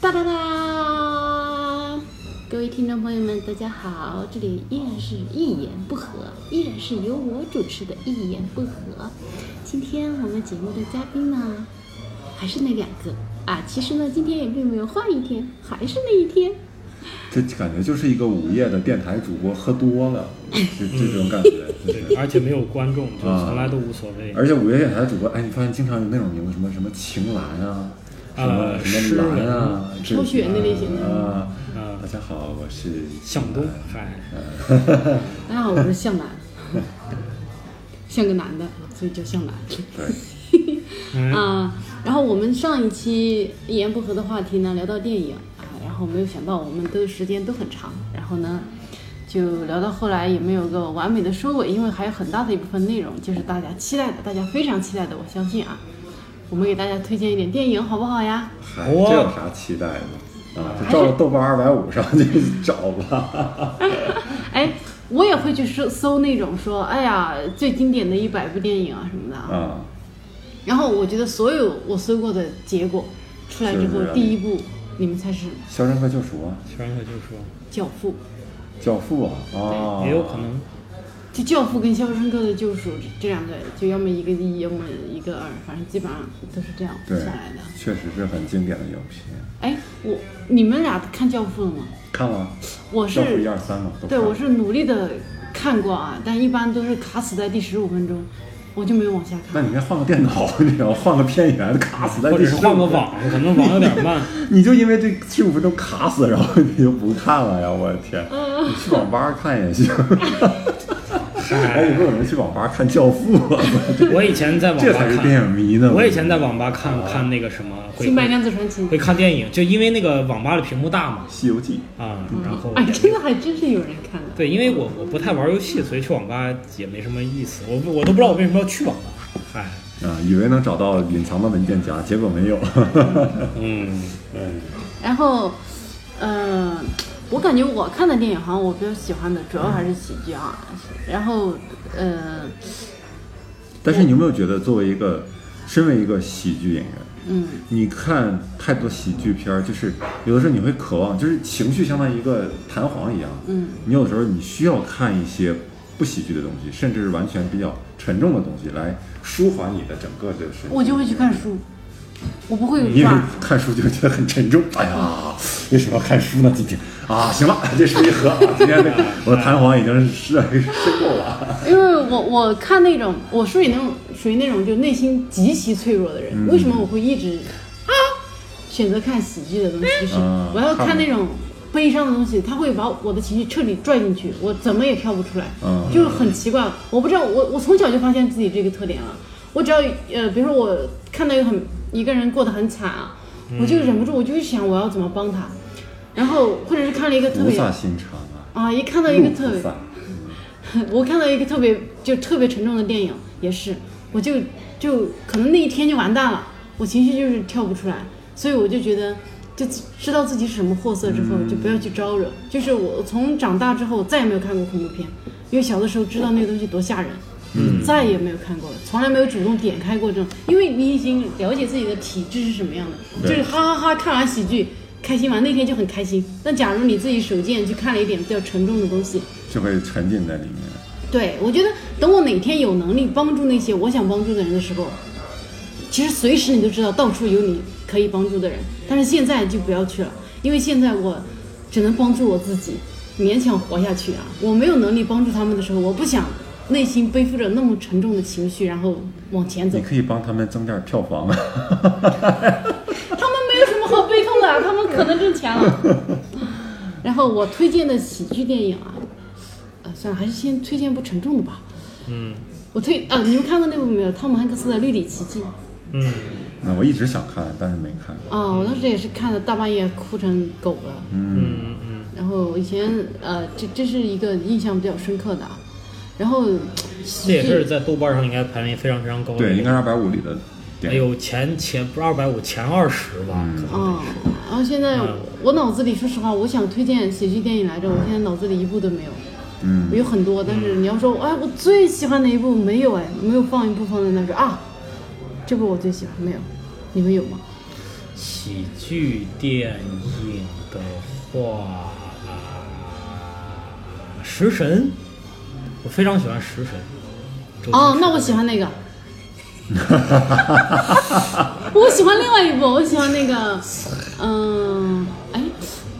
哒哒哒！各位听众朋友们，大家好，这里依然是一言不合，依然是由我主持的《一言不合》。今天我们节目的嘉宾呢，还是那两个啊。其实呢，今天也并没有换一天，还是那一天。这感觉就是一个午夜的电台主播喝多了， 就这种感觉。对对，而且没有观众，就从来都无所谓。 啊而且午夜电台主播，哎，你发现经常有那种名字，什么什么晴岚啊，什么什么兰啊，抽血那类型的啊。大家好，我是向东，嗨，大家好，我是向南，像个男的，所以叫向南。对， 啊，然后我们上一期一言不合的话题呢，聊到电影。啊然后没有想到，我们都时间都很长，然后呢，就聊到后来也没有个完美的收尾，因为还有很大的一部分内容就是大家期待的，大家非常期待的，我相信啊，我们给大家推荐一点电影好不好呀？嗨，啊这有啥期待的啊？就照着豆瓣二百五上去找吧。哎，我也会去搜搜那种说，哎呀，最经典的一百部电影啊什么的 啊。然后我觉得所有我搜过的结果出来之后，第一部。你们猜是《肖申克救赎》啊， 《肖申克救赎》 《教父》， 《教父》啊，啊，也有可能。就《教父》跟《肖申克的救赎》这两个，就要么一个一，要么一个二，反正基本上都是这样下来的。确实是很经典的影片。哎，我你们俩看《教父》了吗？看了。我是。一二三嘛。对，我是努力的看过啊，但一般都是卡死在第十五分钟。我就没有往下看。那你应该换个电脑，你知道，换个片源，卡死在或者是换个网，可能网有点 慢。你就因为这七五分钟卡死，然后你就不看了呀？我的天！你去网吧看也行。 哎，有没有人去网吧看《教父》 啊？我以前在网这才是电影啊迷呢。我以前在网吧看看那个什么《新白娘子传奇》，会看电影，就因为那个网吧的屏幕大嘛， 《西游记》啊，然后哎，这个还真是有人看的。对，因为我我不太玩游戏，所以去网吧也没什么意思。我我都不知道我为什么要去网吧。嗨，啊，以为能找到隐藏的文件夹，结果没有。嗯嗯。然后，嗯、呃，我感觉我看的电影好像我比较喜欢的，主要还是喜剧啊。然后，呃，但是你有没有觉得，作为一个，身为一个喜剧演员，嗯，你看太多喜剧片儿，就是有的时候你会渴望，就是情绪相当于一个弹簧一样，嗯，你有的时候你需要看一些不喜剧的东西，甚至是完全比较沉重的东西来舒缓你的整个的身。我就会去看书，我不会有你看书就觉得很沉重，哎呀，为什么要看书呢？今天啊，行了，这书一 喝，今天我的弹簧已经是吃够了。因为我我看那种，我属于那种属于那种就内心极其脆弱的人，嗯、为什么我会一直啊选择看喜剧的东西？就是我要看那种。悲伤的东西，它会把我的情绪彻底拽进去，我怎么也跳不出来，嗯、就是很奇怪。我不知道，我我从小就发现自己这个特点了。我只要呃，比如说我看到一个很一个人过得很惨啊，我就忍不住，我就想我要怎么帮他，然后或者是看了一个特别心肠啊，啊，一看到一个特别，嗯、 我看到一个特别就特别沉重的电影，也是，我就就可能那一天就完蛋了，我情绪就是跳不出来，所以我就觉得。就知道自己是什么货色之后，就不要去招惹。就是我从长大之后再也没有看过恐怖片，因为小的时候知道那个东西多吓人，嗯，再也没有看过了，从来没有主动点开过这种，因为你已经了解自己的体质是什么样的，就是哈哈哈看完喜剧开心完那天就很开心。但假如你自己手贱去看了一点比较沉重的东西，就会沉浸在里面。对，我觉得等我哪天有能力帮助那些我想帮助的人的时候。其实随时你都知道到处有你可以帮助的人，但是现在就不要去了，因为现在我只能帮助我自己，勉强活下去啊！我没有能力帮助他们的时候，我不想内心背负着那么沉重的情绪，然后往前走。你可以帮他们增点票 房啊！他们没有什么好悲痛的，他们可能挣钱了。 然后我推荐的喜剧电影啊，呃，算了，还是先推荐部沉重的吧。嗯，我推啊、呃，你们看过那部没有？汤姆汉克斯的《绿里奇迹》。嗯，那我一直想看，但是没看。啊、哦，我当时也是看了大半夜哭成狗了。嗯嗯嗯。然后以前呃，这这是一个印象比较深刻的啊。然后这也是在豆瓣上应该排名非常非常高的。对，应该是二百五里的。哎呦，前前不是二百五，前二十吧？嗯、可能。然后现在、嗯、我脑子里，说实话，我想推荐喜剧电影来着，我现在脑子里一部都没有。嗯。有很多，但是你要说，哎，我最喜欢哪一部？没有哎，没有放一部放在那边啊。这部我最喜欢，没有。你们有吗？喜剧电影的话，《食神》，我非常喜欢《食神》。周星哦驰，那我喜欢 那个。我喜欢另外一部，我喜欢那个，嗯、哎，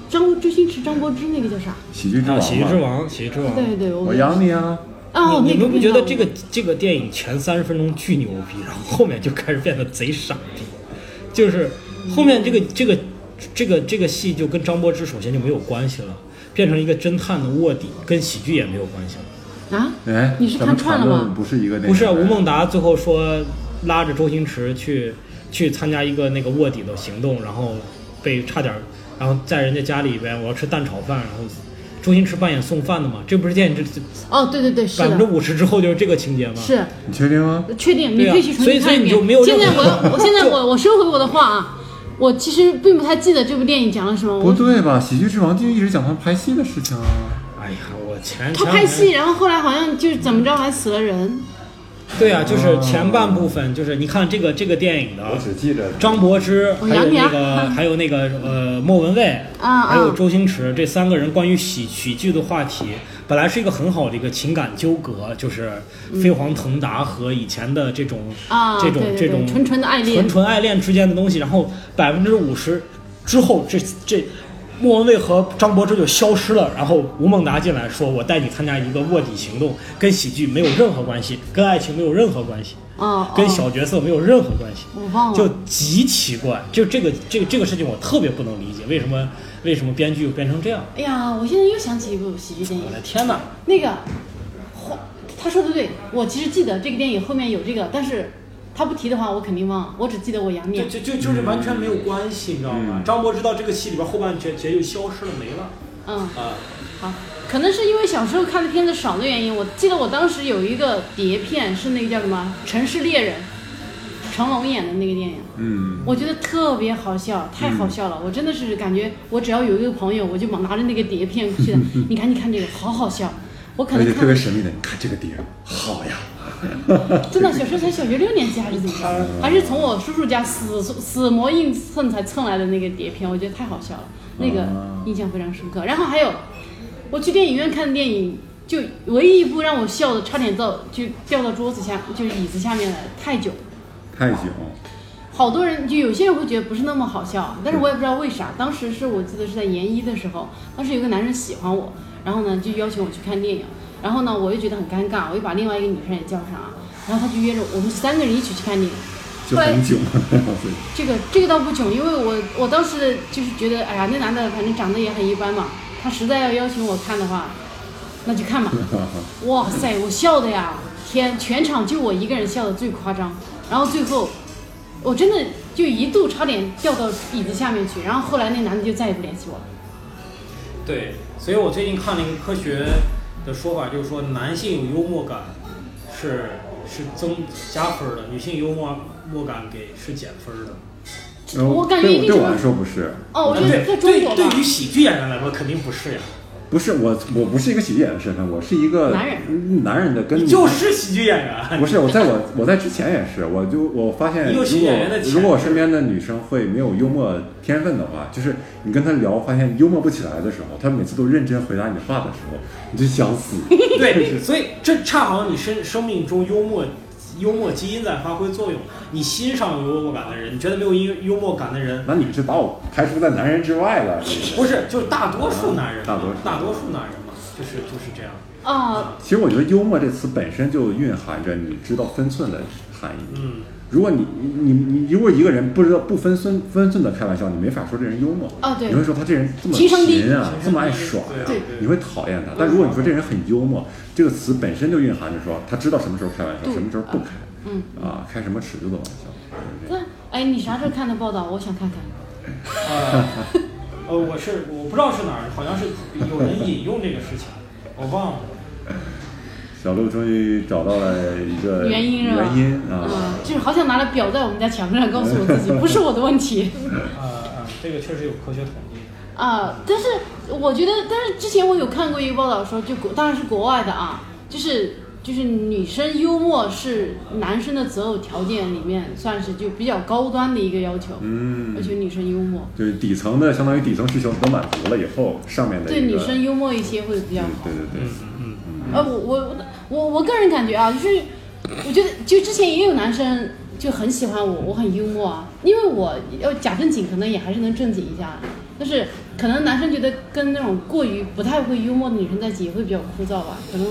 张周星驰、张柏芝那个叫啥？喜剧之啊，王《嘛，喜剧之王》，《喜剧之王》对对，我我养你啊，哦，你你那个们不觉得这个片子这个电影前三十分钟巨牛逼，然后后面就开始变得贼傻逼，就是后面这个这个这个这个戏就跟张柏芝首先就没有关系了，变成一个侦探的卧底，跟喜剧也没有关系了。啊？哎，你是咱看们串谈了论吗？不是一个那不是啊，个吴孟达最后说拉着周星驰去去参加一个那个卧底的行动，然后被差点儿，然后在人家家里边我要吃蛋炒饭，然后周星驰扮演送饭的嘛，这不是电影这哦，对对对，是百分之 的，五十之后就是这个情节吗？是。你确定吗？确定，你对啊可以去重所以新看一所以你就没有遍。任现何在 我，我现在我，我收回我的话啊，我其实并不太记得这部电影讲了什么。不我对吧？喜剧之王就一直讲他拍戏的事情啊。哎呀，我前他前拍戏，然后后来好像就是怎么着还死了人。对啊，就是前半部分，就是你看这个这个电影的记着张柏芝，我还有养你那啊个还有那个呃莫文蔚，啊还有啊周星驰这三个人关于喜喜剧的话题，本来是一个很好的一个情感纠葛，就是飞黄腾达和以前的这种嗯啊这种对这对对种纯纯的爱恋纯纯爱恋之间的东西，然后百分之五十之后这这。莫文蔚和张柏芝就消失了，然后吴孟达进来说：“我带你参加一个卧底行动，跟喜剧没有任何关系，跟爱情没有任何关系，哦，跟哦小角色没有任何关系。”我忘了，就极奇怪，就这个这个这个事情我特别不能理解，为什么为什么编剧又变成这样？哎呀，我现在又想起一部喜剧电影我，的天哪！那个，后他说的对，我其实记得这个电影后面有这个，但是他不提的话，我肯定忘了，我只记得我养你就。就就就是完全没有关系，你知道吗？嗯张柏芝到这个戏里边后半截截就消失了，没了嗯，啊、好，可能是因为小时候看的片子少的原因，我记得我当时有一个碟片是那个叫什么《城市猎人》，成龙演的那个电影。嗯，我觉得特别好笑，太好笑了！我真的是感觉，我只要有一个朋友，我就拿着那个碟片 去的。你看，你看这个，好好笑！我可而能且看特别神秘的，你看这个碟儿好呀，真的，小时候才小学六年级还是怎么着？还是从我叔叔家死死磨硬蹭才蹭来的那个碟片，我觉得太好笑了，那个啊印象非常深刻。然后还有，我去电影院看电影，就唯一一部让我笑的差点到就掉到桌子下，就椅子下面来，太久。太久，好多人就有些人会觉得不是那么好笑，但是我也不知道为啥。当时是我记得是在研一的时候，当时有个男生喜欢我，然后呢就邀请我去看电影，然后呢我又觉得很尴尬，我又把另外一个女生也叫上啊，然后他就约着我们三个人一起去看电影。就很久。所以这个这个倒不囧，因为我我当时就是觉得，哎呀，那男的反正长得也很一般嘛，他实在要邀请我看的话，那就看吧。哇塞，我笑的呀，天，全场就我一个人笑的最夸张。然后最后，我真的就一度差点掉到椅子下面去。然后后来那男的就再也不联系我了。对，所以我最近看了一个科学的说法，就是说男性有幽默感是是增加分的，女性幽默默感给是减分的。啊然后 我感觉对一哦定对是我来说不是，哦，我觉得对在中国对，吧对，于喜剧演员来说肯定不是呀，不是我，我不是一个喜剧演员的身份，我是一个男人人，男人的跟你女就是喜剧演员。不是我在我我在之前也是，我就我发现你如有果喜剧演员的潜质如果我身边的女生会没有幽默天分的话，就是你跟她聊发现幽默不起来的时候，她每次都认真回答你的话的时候，你就想 死。对，所以这恰好你生生命中幽默幽默基因在发挥作用。你欣赏有幽默感的人，你觉得没有幽幽默感的人，那你们是把我排除在男人之外了。不是就是大多数男人嘛，大多数大多数男人嘛，就是就是这样。啊、其实我觉得幽默这词本身就蕴含着你知道分寸的含义。嗯，如果你你你你如果一个人不知道不分寸分寸的开玩笑，你没法说这人幽默。啊对你会说他这人这么情商低贫啊，这么爱耍呀、对你会讨厌他。但如果你说这人很幽默，这个词本身就蕴含着说他知道什么时候开玩笑，对什么时候不开，嗯啊，开什么尺度的玩笑。那哎，你啥时候看的报道？我想看看。呃，呃，我是我不知道是哪儿，好像是有人引用这个事情，我忘了。小鹿终于找到了一个原因是吧？呃原因啊，嗯，就是好想拿着表在我们家墙上告诉我自 己，不是我的问题。呃，呃这个确实有科学统计。啊，但是我觉得，但是之前我有看过一个报道说，就国当然是国外的啊，就是就是女生幽默是男生的择偶条件里面算是就比较高端的一个要求，嗯而，且女生幽默，就是底层的，相当于底层需求得满足了以后，上面的对一女个生幽默一些会比较嗯好对。对对，嗯呃，我我我我个人感觉啊，就是我觉得就之前也有男生就很喜欢我，我很幽默啊，因为我要假正经，可能也还是能正经一下，但是可能男生觉得跟那种过于不太会幽默的女生在一起也会比较枯燥吧，可能。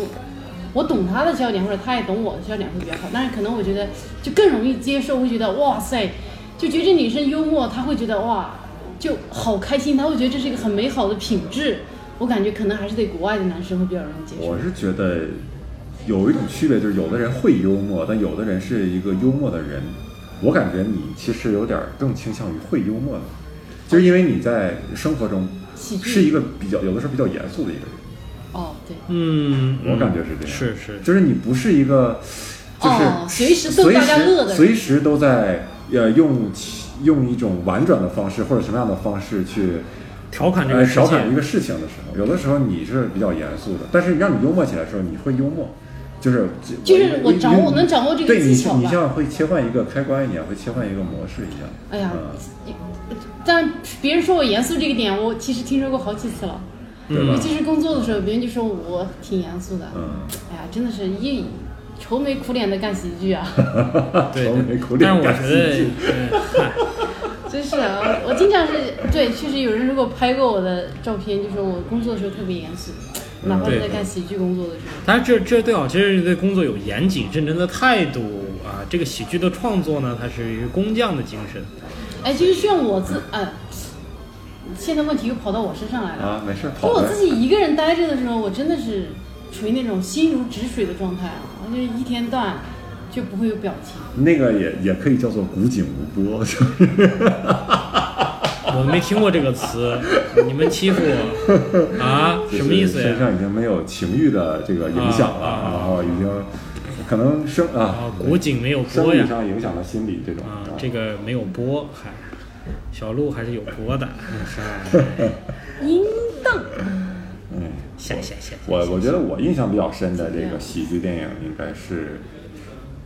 我懂他的笑点，或者他也懂我的笑点会比较好，但是可能我觉得就更容易接受，会觉得哇塞，就觉得这女生幽默，他会觉得哇就好开心，他会觉得这是一个很美好的品质。我感觉可能还是对国外的男生会比较容易接受。我是觉得有一种区别，就是有的人会幽默，但有的人是一个幽默的人。我感觉你其实有点更倾向于会幽默的，就是因为你在生活中喜剧是一个比较有的时候比较严肃的一个人，哦，对，嗯，我感觉是这样。是是，就是你不是一个，就是哦随时逗随大家乐的人随时都在呃用其用一种婉转的方式或者什么样的方式去调侃这呃哎个世调侃一界，个事情的时候，有的时候你是比较严肃的，但是让你幽默起来的时候，你会幽默，就是就是我掌握你能掌握这个对技你巧吧像你像会切换一个开关一样，会切换一个模式一样。哎呀嗯但别人说我严肃这个点，我其实听说过好几次了。对吧尤？其是工作的时候，别人就说我挺严肃的。嗯，哎呀，真的是一愁眉苦脸的干喜 剧啊，对嗯愁眉对苦，但是脸我干觉喜得剧，呃嗨真是啊！我经常是对，确实有人如果拍过我的照片，就说我工作的时候特别严肃，嗯哪怕是在干喜剧工作的时候。但是这这对啊好，其实对工作有严谨认真的态度啊。这个喜剧的创作呢，它是一个工匠的精神。哎，其实像我自哎，现在问题又跑到我身上来了。啊，没事，就跑我呗自。己一个人待着的时候，我真的是处于那种心如止水的状态啊，我就是一天到晚就不会有表情。那个也也可以叫做古井无波，就是我没听过这个词，你们欺负我 啊？什么意思身呀？上已经没有情欲的这个影响了，啊啊啊然后已经可能生啊啊，古井没有生波理呀？上影响了心理这种啊，这个没有波，嗨，小鹿还是有波的，嗨，淫荡，嗯。下下下。我我觉得我印象比较深的这个喜剧电影应该是，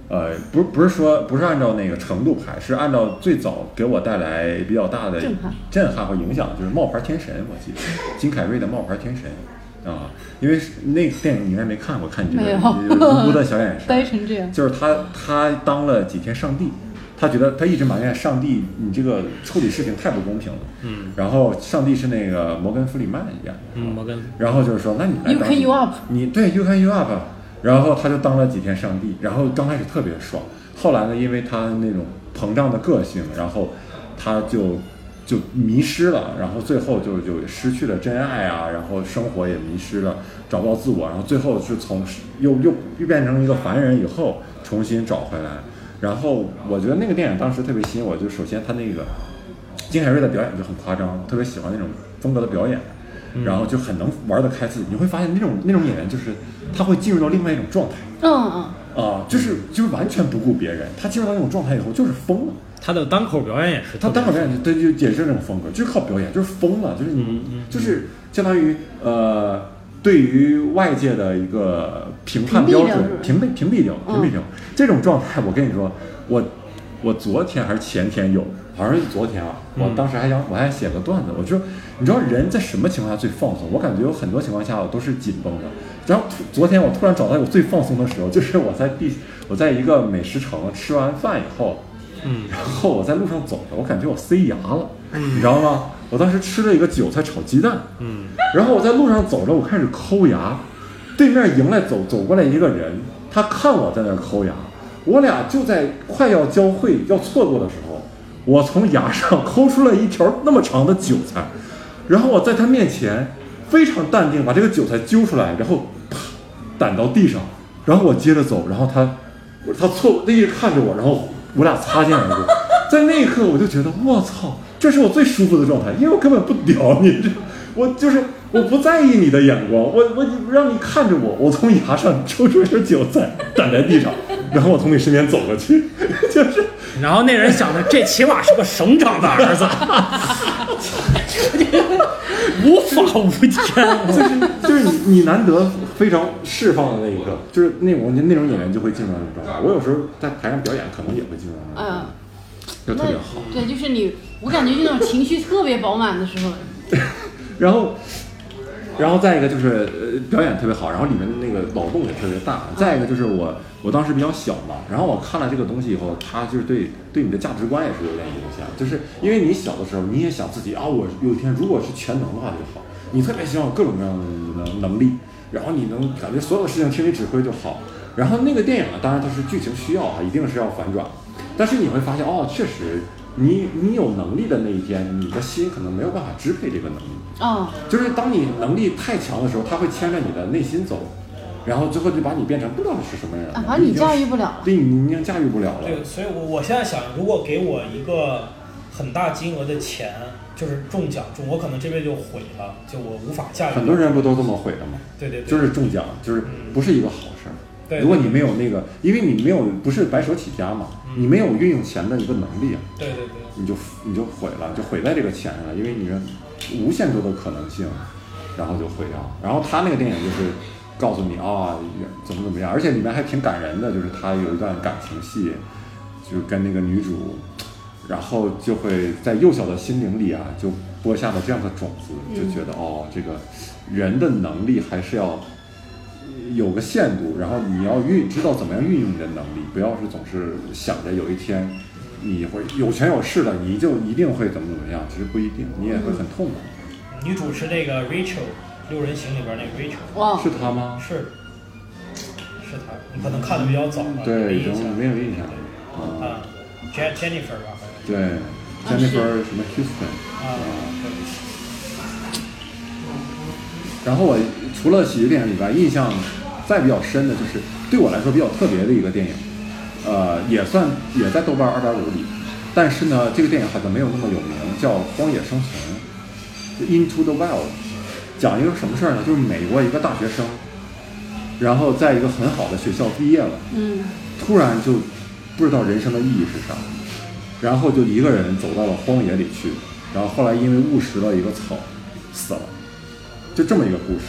呃，不是不是说不是按照那个程度排，是按照最早给我带来比较大的震撼震撼和影响，就是《冒牌天神》，我记得金凯瑞的《冒牌天神》啊，因为是那个电影你应该没看过，看你这没个有无辜的小眼神， 呆成这样就是他他当了几天上帝。他觉得他一直埋怨上帝，你这个处理事情太不公平了。嗯，然后上帝是那个摩根·弗里曼演的，嗯，摩根，然后就是说，那你来 You 当 can you up 你对 you can you up，然后他就当了几天上帝，然后刚开始特别爽，后来呢，因为他那种膨胀的个性，然后他就就迷失了，然后最后就就失去了真爱啊，然后生活也迷失了，找不到自我，然后最后是从又又又变成一个凡人以后重新找回来，然后我觉得那个电影当时特别吸引我，就首先他那个金凯瑞的表演就很夸张，特别喜欢那种风格的表演，然后就很能玩得开自己。你会发现那种那种演员就是他会进入到另外一种状态嗯嗯，啊、就是就是完全不顾别人。他进入到那种状态以后就是疯了，他的单口表演也是特他别，单口表演就对就也是这种风格，就是靠表演，就是疯了，就是你就是相当于呃。对于外界的一个评判屏标蔽掉准，是屏蔽屏蔽掉，屏嗯蔽掉这种状态，我跟你说，我我昨天还是前天有，好像是昨天啊，嗯我当时还想我还写个段子，我就说，你知道人在什么情况下最放松？我感觉有很多情况下我都是紧绷的。然后突昨天我突然找到我最放松的时候，就是我在地我在一个美食城吃完饭以后，嗯，然后我在路上走着，我感觉我塞牙了，你知道吗？我当时吃了一个韭菜炒鸡蛋，嗯，然后我在路上走着，我开始抠牙，对面迎来走走过来一个人，他看我在那儿抠牙，我俩就在快要交汇要错过的时候，我从牙上 抠出了一条那么长的韭菜，然后我在他面前非常淡定把这个韭菜揪出来，然后啪掸到地上，然后我接着走，然后他我他错他一直看着我，然后我俩擦肩而过，在那一刻我就觉得我操，这是我最舒服的状态，因为我根本不屌你，这我就是我不在意你的眼光，我我让你看着我，我从牙上抽出一根韭菜掸在地上，然后我从你身边走过去， 就是然后那 人想着这起码是个省长的儿子，无法无天。就是就是你你难得非常释放的那一刻，就是那种那种演员就会进入那种状态。我有时候在台上表演，可能也会进入那种状态，嗯，就特那别好。对，就是你，我感觉就那种情绪特别饱满的时候，然后，然后再一个就是呃表演特别好，然后里面的那个脑洞也特别大。再一个就是我我当时比较小嘛，然后我看了这个东西以后，他就是对对你的价值观也是有点影响，就是因为你小的时候你也想自己啊，我有一天如果是全能的话就好，你特别希望有各种各样的能能力，然后你能感觉所有的事情听你指挥就好。然后那个电影呢，当然它是剧情需要啊，一定是要反转，但是你会发现哦，确实你你有能力的那一天，你的心可能没有办法支配这个能力。哦，就是当你能力太强的时候，他会牵着你的内心走，然后最后就把你变成不知道是什么人了，啊，反正你已经驾驭不了。对你已经驾驭不了了。对，所以我我现在想，如果给我一个很大金额的钱，就是中奖中，我可能这辈子就毁了，就我无法驾驭。很多人不都这么毁的吗？对对对，就是中奖，就是不是一个好事儿。对如果你没有那个，因为你没有不是白手起家嘛，嗯你没有运用钱的一个能力啊，对对对。你就你就毁了，就毁在这个钱上了，因为你们无限多的可能性，然后就毁掉。然后他那个电影就是告诉你啊、怎么怎么样，而且里面还挺感人的，就是他有一段感情戏，就跟那个女主，然后就会在幼小的心灵里啊，就播下了这样的种子，就觉得、哦，这个人的能力还是要。有个限度，然后你要运知道怎么样运用你的能力，不要是总是想着有一天你会有权有势了，你就一定会怎么怎么样，其实不一定，你也会很痛苦。女主是那个 Rachel《六人行》里边那个 Rachel，哇，是他吗？是是她，你可能看的比较早吧，对，没已印经象没有印象了。啊，啊，Jen Jennifer 吧，好像对啊是，Jennifer 什么 Houston。啊，对然后我除了喜剧电影以外，印象再比较深的就是对我来说比较特别的一个电影，呃，也算也在豆瓣二点五里，但是呢，这个电影好像没有那么有名，叫《荒野生存》就，Into the Wild，讲一个什么事儿呢？就是美国一个大学生，然后在一个很好的学校毕业了。嗯，突然就不知道人生的意义是啥，然后就一个人走到了荒野里去，然后后来因为误食了一个草，死了，就这么一个故事，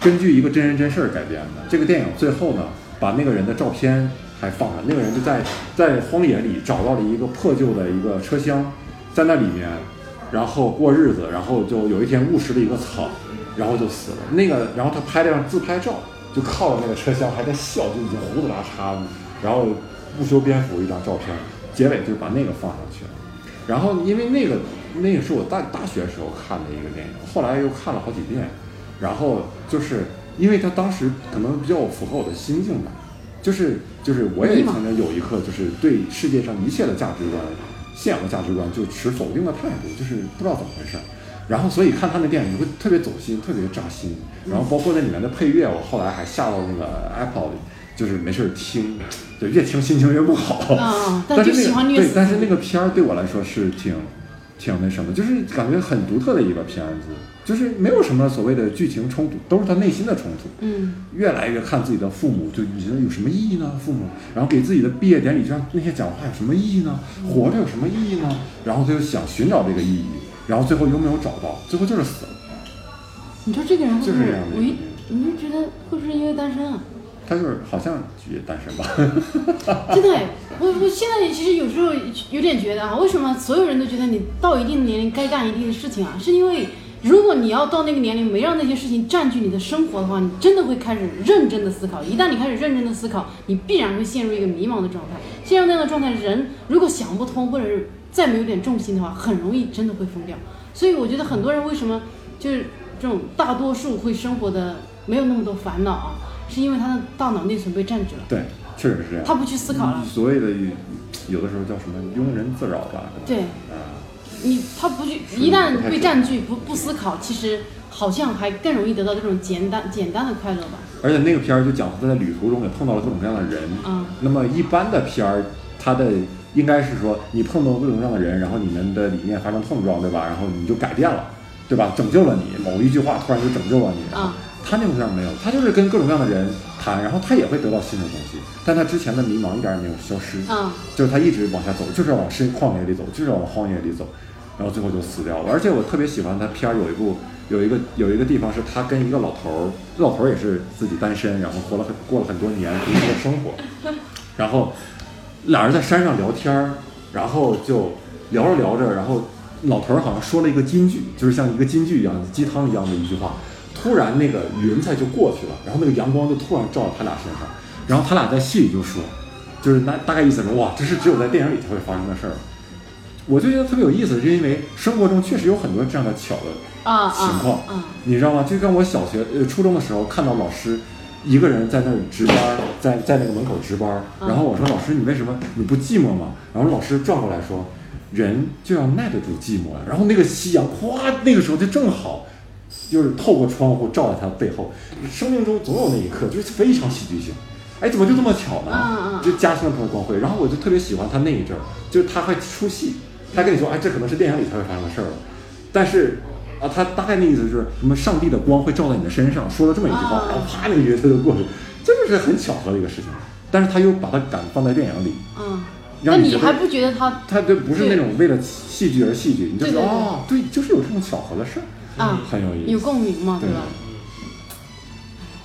根据一个真人真事儿改编的。这个电影最后呢，把那个人的照片还放上，那个人就在在荒野里找到了一个破旧的一个车厢，在那里面，然后过日子，然后就有一天误食了一个草，然后就死了。那个，然后他拍了张自拍照，就靠着那个车厢还在笑，就已经胡子拉碴了，然后不修边幅一张照片，结尾就把那个放上去了。然后因为那个那个是我大大学时候看的一个电影，后来又看了好几遍，然后就是因为他当时可能比较符合我的心境吧，就是就是我也迷茫曾经有一刻就是对世界上一切的价值观、信仰的价值观就持否定的态度，就是不知道怎么回事儿。然后所以看他那电影你会特别走心，特别扎心。然后包括那里面的配乐，我后来还下到那个 Apple 里，就是没事儿听，就越听心情越不好。啊但但是就那喜个欢虐对死，但是那个片儿对我来说是挺挺那什么，就是感觉很独特的一个片子，就是没有什么所谓的剧情冲突，都是他内心的冲突。嗯，越来越看自己的父母，就你觉得有什么意义呢？父母，然后给自己的毕业典礼上那些讲话有什么意义呢？活着有什么意义呢？然后他就想寻找这个意义，然后最后又没有找到，最后就是死了。你说这个人会不就是会这样的，我一你就觉得会不会是因为单身啊？他就是好像也单身吧， 真的哎，我我现在其实有时候有点觉得啊，为什么所有人都觉得你到一定年龄该干一定的事情啊？是因为如果你要到那个年龄没让那些事情占据你的生活的话，你真的会开始认真的思考。一旦你开始认真的思考，你必然会陷入一个迷茫的状态。陷入那样的状态，人如果想不通，或者是再没有点重心的话，很容易真的会疯掉。所以我觉得很多人为什么就是这种大多数会生活的没有那么多烦恼啊，是因为他的大脑内存被占据了，对，确实是这样。他不去思考了。所谓的有的时候叫什么庸人自扰吧，可能对啊，你他不去，是一旦不太被行占据，不不思考，其实好像还更容易得到这种简单简单的快乐吧。而且那个片儿就讲他在旅途中也碰到了各种各样的人。嗯那么一般的片儿，它的应该是说你碰到各种各样的人，然后你们的理念发生碰撞，对吧？然后你就改变了，对吧？拯救了你，某一句话突然就拯救了你。啊，他那种片儿没有，他就是跟各种各样的人谈，然后他也会得到新的东西，但他之前的迷茫一点儿也没有消失。啊，就是他一直往下走，就是要往深旷野里走，就是要往荒野里走。然后最后就死掉了。而且我特别喜欢他片儿有一部有一个有一个地方是他跟一个老头儿，这老头儿也是自己单身，然后活了很过了很多年独自的生活，然后俩人在山上聊天儿，然后就聊着聊着，然后老头儿好像说了一个金句，就是像一个金句一样鸡汤一样的一句话，突然那个云彩就过去了，然后那个阳光就突然照到他俩身上，然后他俩在戏里就说，就是大大概意思是哇，这是只有在电影里才会发生的事儿。我就觉得特别有意思，是因为生活中确实有很多这样的巧的啊情啊况，啊！你知道吗？就跟我小学呃初中的时候看到老师一个人在那里值班，在在那个门口值班，嗯然后我说老师你为什么你不寂寞吗？然后老师转过来说，人就要耐得住寂寞呀。然后那个夕阳哗，那个时候就正好。就是透过窗户照在他背后，生命中总有那一刻，就是非常喜剧性。哎，怎么就这么巧呢？嗯嗯嗯就加深了他的光辉。然后我就特别喜欢他那一阵儿，就是他会出戏，他跟你说，哎，这可能是电影里才会发生的事儿了。但是啊，他大概那意思就是什么，上帝的光会照在你的身上，说了这么一句话，啊然后啪，那个角色就过去，这就是很巧合的一个事情。但是他又把它敢放在电影里，嗯，那让你觉还得不觉得他他就不是那种为了戏剧而戏剧，你就对觉得对对哦，对，就是有这种巧合的事儿，啊很有意嗯思。有共鸣嘛，对吧？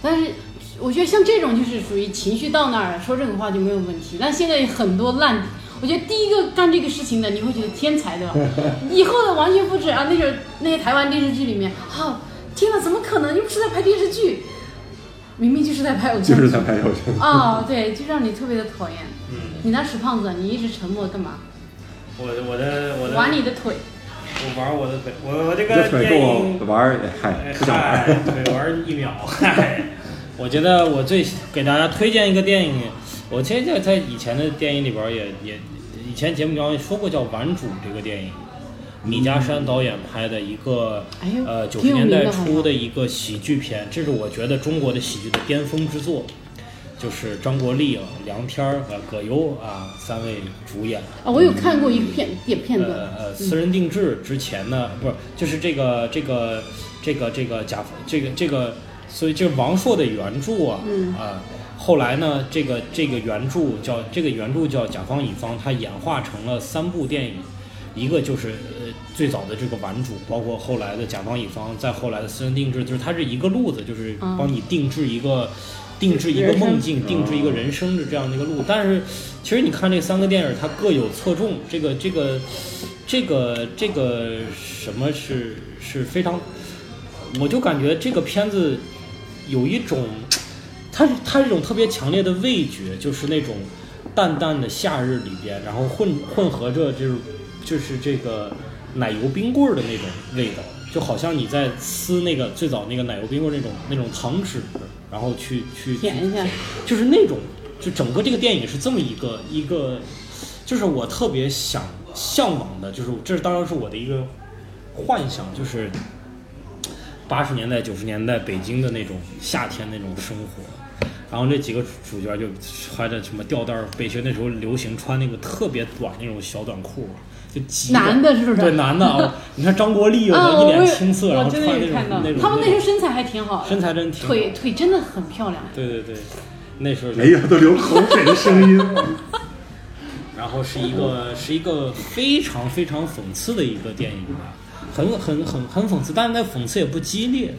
但是我觉得像这种就是属于情绪到那儿了，说这种话就没有问题。但现在很多烂，我觉得第一个干这个事情的，你会觉得天才，对吧？ 以后的完全复制啊，那种那些台湾电视剧里面，啊，天哪，怎么可能？又不是在拍电视剧，明明就是在拍偶就像是剧在拍友情。啊、对，就让你特别的讨厌。嗯，你那死胖子，你一直沉默干嘛？我我的我的玩你的腿，我玩我的腿，我我这这个腿电影哎够玩儿，嗨，不想玩儿。嗨，对，玩一秒。嗨，我觉得我最给大家推荐一个电影，我其实在在以前的电影里边儿也也以前节目中也说过叫《顽主》这个电影，米家山导演拍的一个哎呦呃九挺十有年名的代好初像的一个喜剧片，这是我觉得中国的喜剧的巅峰之作。就是张国立、梁天儿和葛优啊三位主演，啊，我有看过一个片点片段，呃呃，私人定制之前呢，不是，就是这个这个这个这个甲这个这个，所以这是王朔的原著啊，嗯啊，后来呢，这个这个原著叫这个原著叫甲方乙方，它演化成了三部电影，一个就是呃最早的这个顽主，包括后来的甲方乙方，再后来的私人定制，就是它是一个路子，就是嗯帮你定制一个。定制一个人生梦境，定制一个人生的这样的一个路，但是其实你看这三个电影，它各有侧重，这个这个这个这个什么是是非常，我就感觉这个片子有一种，它是它是一种特别强烈的味觉，就是那种淡淡的夏日里边，然后混混合着就是就是这个奶油冰棍儿的那种味道，就好像你在撕那个最早那个奶油冰棍儿那种那种糖纸，然后去去去舔一下，就是那种，就整个这个电影是这么一个一个，就是我特别想向往的，就是这是当然是我的一个幻想，就是八十年代九十年代北京的那种夏天那种生活。然后这几个主角就穿着什么吊带儿背心，那时候流行穿那个特别短那种小短裤，就极短男的是不是对，男的啊，你看张国立有啊，的一我脸有青涩，然我后真穿的那种那有看到种，他们那时那候种身材还挺好的，身材真挺好腿腿真的很漂亮。对对对，那时候就哎呀，都流口水的声音。 然后是一个是一个非常非常讽刺的一个电影吧，很很很很讽刺，但是那讽刺也不激烈，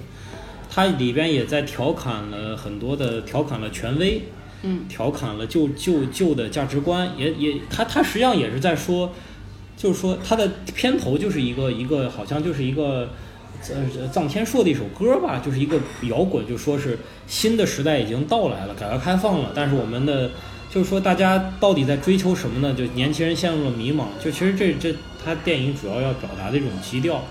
它里边也在调侃了很多的，调侃了权威，嗯，调侃了旧旧旧的价值观，也也它它实际上也是在说，就是说它的片头就是一个一个好像就是一个。呃，臧天朔的一首歌吧，就是一个摇滚，就说是新的时代已经到来了，改革开放了，但是我们的就是说大家到底在追求什么呢？就年轻人陷入了迷茫。就其实这这他电影主要要表达的一种基调，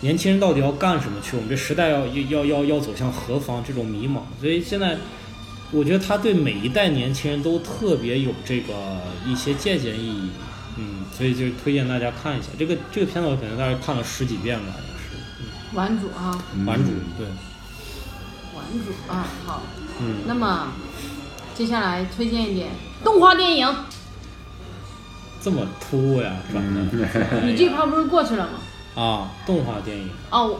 年轻人到底要干什么去？我们这时代要要要要走向何方？这种迷茫，所以现在我觉得他对每一代年轻人都特别有这个一些借鉴意义。嗯，所以就是推荐大家看一下这个这个片子，我可能大概看了十几遍吧，好像是。玩主啊，顽主对，玩主啊，好。嗯，那么接下来推荐一点动画电影，这么突兀呀，转的、你哎这趴不是过去了 吗？啊，动画电影，哦，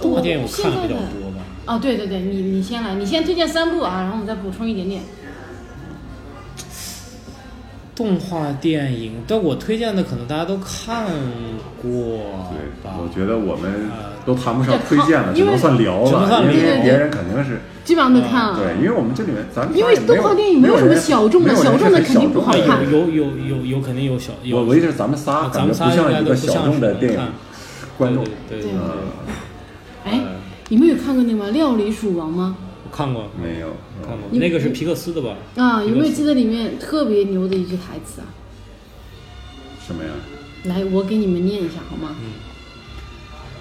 动画电影我我看的比较多吧。哦，对对对，你你先来，你先推荐三部啊，然后我们再补充一点点。动画电影，但我推荐的可能大家都看过对，吧？我觉得我们呃都谈不上对推荐了，因只能为算聊只能了，算因为聊别人肯定是基本上嗯都看了。对，因为我们这里面咱们因为仨也没有动画电影没有什么小众的没有人小众的是很肯定不好小众的看人有有有有有肯定有小有我我意思是咱们仨咱感觉们仨应像该一个都不小像众是的能电影看观众。对对呃对对对，对哎，你们有看过那个吗？《料理鼠王》吗？我看过没有，嗯看过，你那个是皮克斯的吧？啊，有没有皮克斯记得里面特别牛的一句台词啊？什么呀？来，我给你们念一下好吗？嗯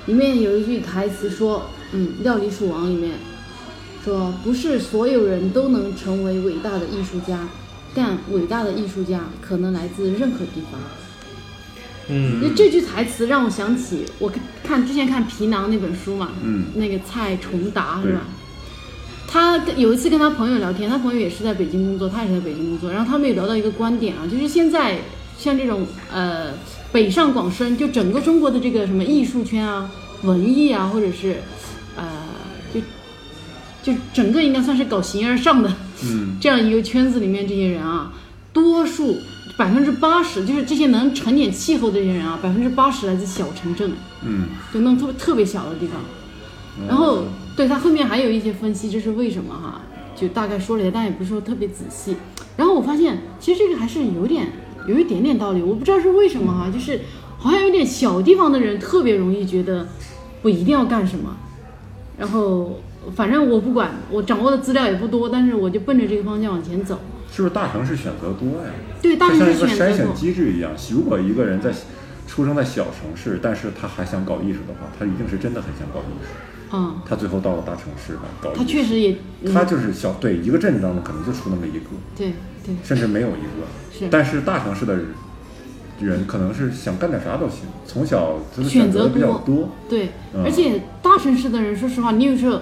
里面有一句台词说：“嗯，《料理鼠王》里面说，不是所有人都能成为伟大的艺术家，但伟大的艺术家可能来自任何地方。”嗯，那这句台词让我想起我看看之前看《皮囊》那本书嘛，嗯那个蔡崇达对是吧？他跟有一次跟他朋友聊天，他朋友也是在北京工作，他也是在北京工作，然后他们有聊到一个观点啊，就是现在像这种呃北上广深，就整个中国的这个什么艺术圈啊、文艺啊，或者是呃就就整个应该算是搞形而上的，嗯，这样一个圈子里面这些人啊，多数百分之八十就是这些能沉淀气候的这些人啊，百分之八十来自小城镇，嗯，就那种特别特别小的地方。然后对他后面还有一些分析，这是为什么哈、就大概说了一下，但也不是说特别仔细。然后我发现其实这个还是有点有一点点道理，我不知道是为什么哈、就是好像有点小地方的人特别容易觉得我一定要干什么，然后反正我不管，我掌握的资料也不多，但是我就奔着这个方向往前走。是不是大城市选择多呀？对，大就城像市一个选筛择选多。机制一样，如果一个人在出生在小城市，但是他还想搞艺术的话，他一定是真的很想搞艺术。嗯，他最后到了大城市来搞艺术，他确实也，嗯、他就是小对一个镇子当中可能就出那么一个，对对甚至没有一个。是但是大城市的人人可能是想干点啥都行，从小就是选择择比较多多。对，嗯而且大城市的人，说实话，你有时候，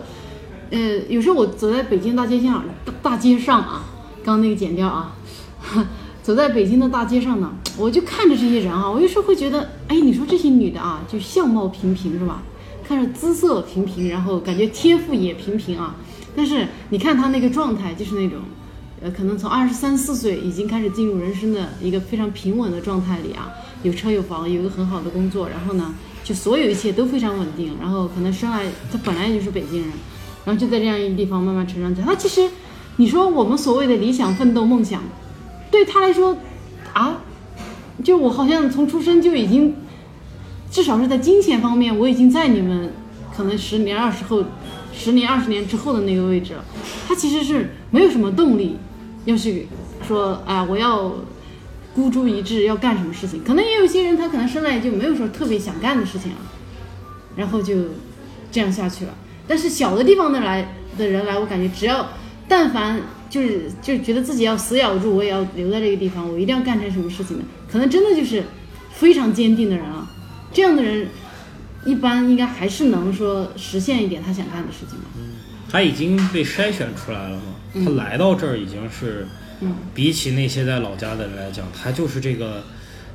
呃，有时候我走在北京大街上，大大街上啊，刚刚那个剪掉啊， 走在北京的大街上呢，我就看着这些人啊，我有时候会觉得，哎，你说这些女的啊，就相貌平平是吧？看着姿色平平，然后感觉天赋也平平啊，但是你看她那个状态，就是那种。呃，可能从二十三四岁已经开始进入人生的一个非常平稳的状态里啊，有车有房，有一个很好的工作，然后呢，就所有一切都非常稳定，然后可能生来他本来也就是北京人，然后就在这样一个地方慢慢成长起来。他其实，你说我们所谓的理想、奋斗、梦想，对他来说，啊，就我好像从出生就已经，至少是在金钱方面，我已经在你们可能十年、二十后、十年、二十年之后的那个位置了。他其实是没有什么动力，要去说，哎，我要孤注一掷要干什么事情。可能也有一些人，他可能生来就没有说特别想干的事情啊，然后就这样下去了。但是小的地方的来的人来，我感觉只要但凡就是就觉得自己要死咬住，我也要留在这个地方，我一定要干成什么事情的，可能真的就是非常坚定的人啊。这样的人一般应该还是能说实现一点他想干的事情吧。他已经被筛选出来了嘛，嗯他来到这儿已经是，比起那些在老家的人来讲，他就是这个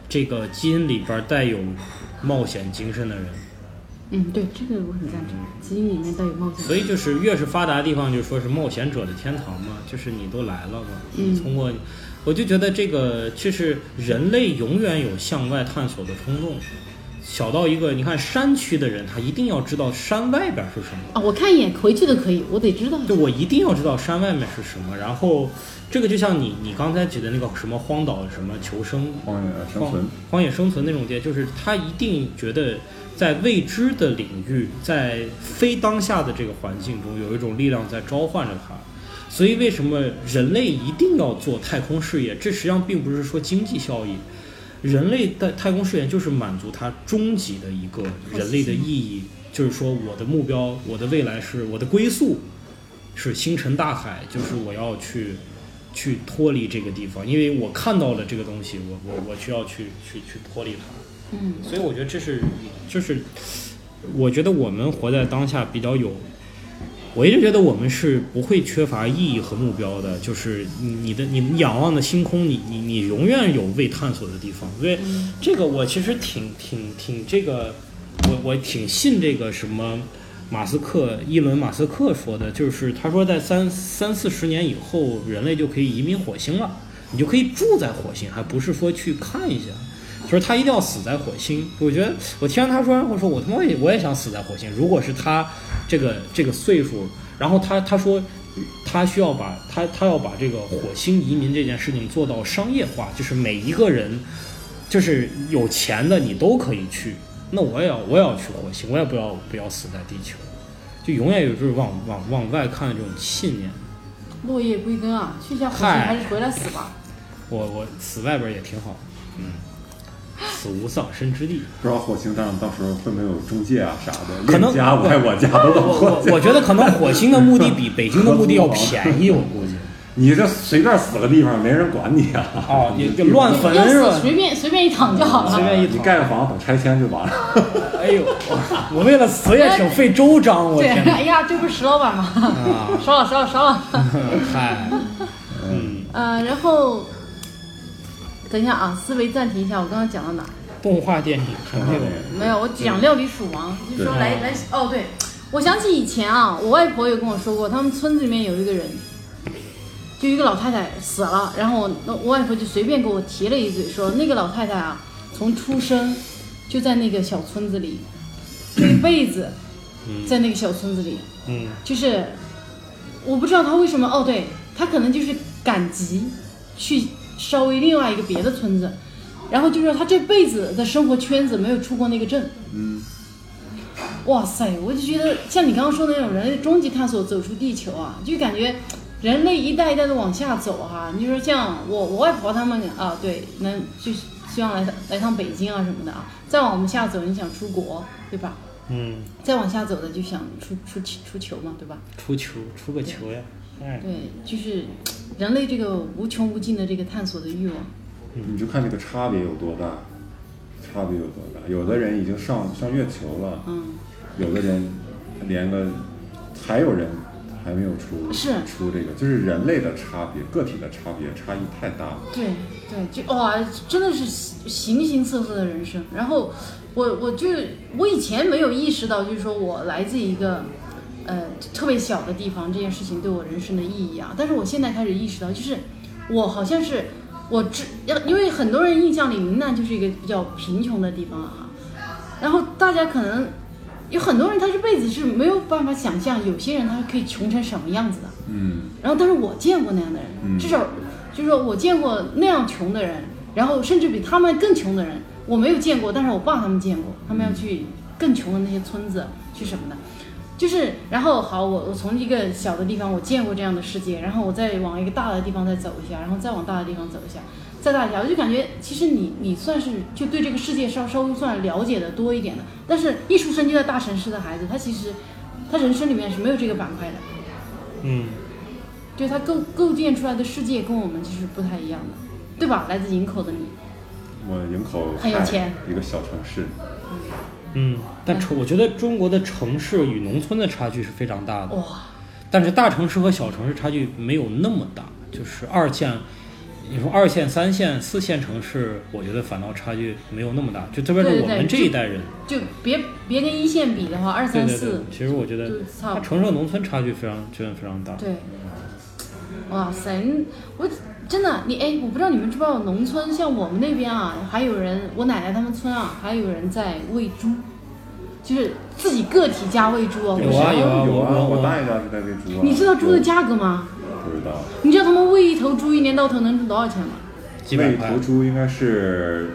这个基因里边带有冒险精神的人，嗯，对，这个我很赞成，基因里面带有冒险。所以就是越是发达的地方，就说是冒险者的天堂嘛，就是你都来了嘛，你通过，我就觉得这个就是人类永远有向外探索的冲动。小到一个，你看山区的人，他一定要知道山外边是什么。啊，我看一眼回去的可以，我得知道。对，我一定要知道山外面是什么。然后，这个就像你你刚才举的那个什么荒岛什么求生、荒野生存荒，荒野生存那种界，就是他一定觉得在未知的领域，在非当下的这个环境中，有一种力量在召唤着他。所以，为什么人类一定要做太空事业？这实际上并不是说经济效益，人类的太空事业就是满足它终极的一个人类的意义，就是说我的目标，我的未来是我的归宿，是星辰大海，就是我要去去脱离这个地方，因为我看到了这个东西，我我我需要去去去脱离它，嗯，所以我觉得这是就是我觉得我们活在当下比较有。我一直觉得我们是不会缺乏意义和目标的，就是你你的你仰望的星空，你你你永远有未探索的地方。所以这个我其实挺挺挺这个，我我挺信这个什么马斯克伊伦马斯克说的，就是他说在三三四十年以后，人类就可以移民火星了。你就可以住在火星，还不是说去看一下。所以他一定要死在火星。我觉得我听完他说，我说我他妈也我也想死在火星。如果是他这个这个岁数，然后他他说他需要把他他要把这个火星移民这件事情做到商业化，就是每一个人就是有钱的你都可以去。那我也要我也要去火星，我也不要不要死在地球，就永远有就是往往往外看的这种信念。落叶归根啊，去一下火星嗨还是回来死吧。我我死外边也挺好，嗯，死无葬身之地。不知道火星当到时候会不会有中介啊啥的，可能链家我爱我家都我到火我星。我觉得可能火星的墓地比北京的墓地要便宜，我估 计。你这随便死个地方没人管你啊，哦，你就乱坟要是死啊吧？随便随便一躺就好了。随便一你躺盖个房等拆迁就完了。哎呦，我我为了死也挺费周章，我对，天哪！哎呀，这不是石老板吗？ 啊，烧了，烧了，烧了。 嗨，嗯，呃，然后等一下啊，思维暂停一下，我刚刚讲到哪？动画电影看那个，没有，我讲料理鼠王，就说对来来哦，对，我想起以前啊，我外婆有跟我说过，他们村子里面有一个人，就一个老太太死了，然后我我外婆就随便给我提了一嘴说，那个老太太啊，从出生就在那个小村子里，这一辈子在那个小村子里，嗯，就是我不知道他为什么哦，对他可能就是赶集去稍微另外一个别的村子，然后就说他这辈子的生活圈子没有出过那个镇。嗯，哇塞，我就觉得像你刚刚说的那种人类终极探索走出地球啊，就感觉人类一代一代的往下走哈、你说像我我外婆他们啊，对，能就希望来趟来趟北京啊什么的啊，再往我们下走，你想出国对吧？嗯，再往下走的就想出出出球嘛，对吧？出球出个球呀，哎，对，就是人类这个无穷无尽的这个探索的欲望。 你就看这个差别有多大，差别有多大。有的人已经上上月球了，嗯，有的人连个还有人还没有出是出这个，就是人类的差别，个体的差别差异太大了。对对，就哇，真的是形形色色的人生。然后我我就我以前没有意识到，就是说我来自一个呃特别小的地方，这件事情对我人生的意义啊。但是我现在开始意识到，就是我好像是我只要，因为很多人印象里云南就是一个比较贫穷的地方啊。然后大家可能有很多人，他这辈子是没有办法想象，有些人他是可以穷成什么样子的。嗯，然后，但是我见过那样的人，嗯至少就是说我见过那样穷的人，然后甚至比他们更穷的人，我没有见过，但是我爸他们见过，他们要去更穷的那些村子去什么的，就是然后好，我我从一个小的地方我见过这样的世界，然后我再往一个大的地方再走一下，然后再往大的地方走一下，再大一下，我就感觉其实你你算是就对这个世界稍稍微算了解的多一点的，但是一出生就在大城市的孩子，他其实他人生里面是没有这个板块的。嗯，对它构构建出来的世界跟我们就是不太一样的，对吧？来自营口的你，我营口很有嗨钱一个小城市，嗯，但城我觉得中国的城市与农村的差距是非常大的，哇，但是大城市和小城市差距没有那么大，就是二线，你说二线、三线、四线城市，我觉得反倒差距没有那么大，就特别对是对我们对这一代人，就别别跟一线比的话，二对对三对四，，其实我觉得就它差不多城市和农村差距非常真的非常大，对，哇塞，嗯我真的你哎，我不知道你们知不知道，农村像我们那边啊，还有人，我奶奶他们村啊，还有人在喂猪，就是自己个体家喂猪啊，有不啊是有啊有我我我大爷家是在喂猪啊。你知道猪的价格吗？不知道？你知道他们喂一头猪一年到头能挣多少钱吗？几百喂块头，猪应该是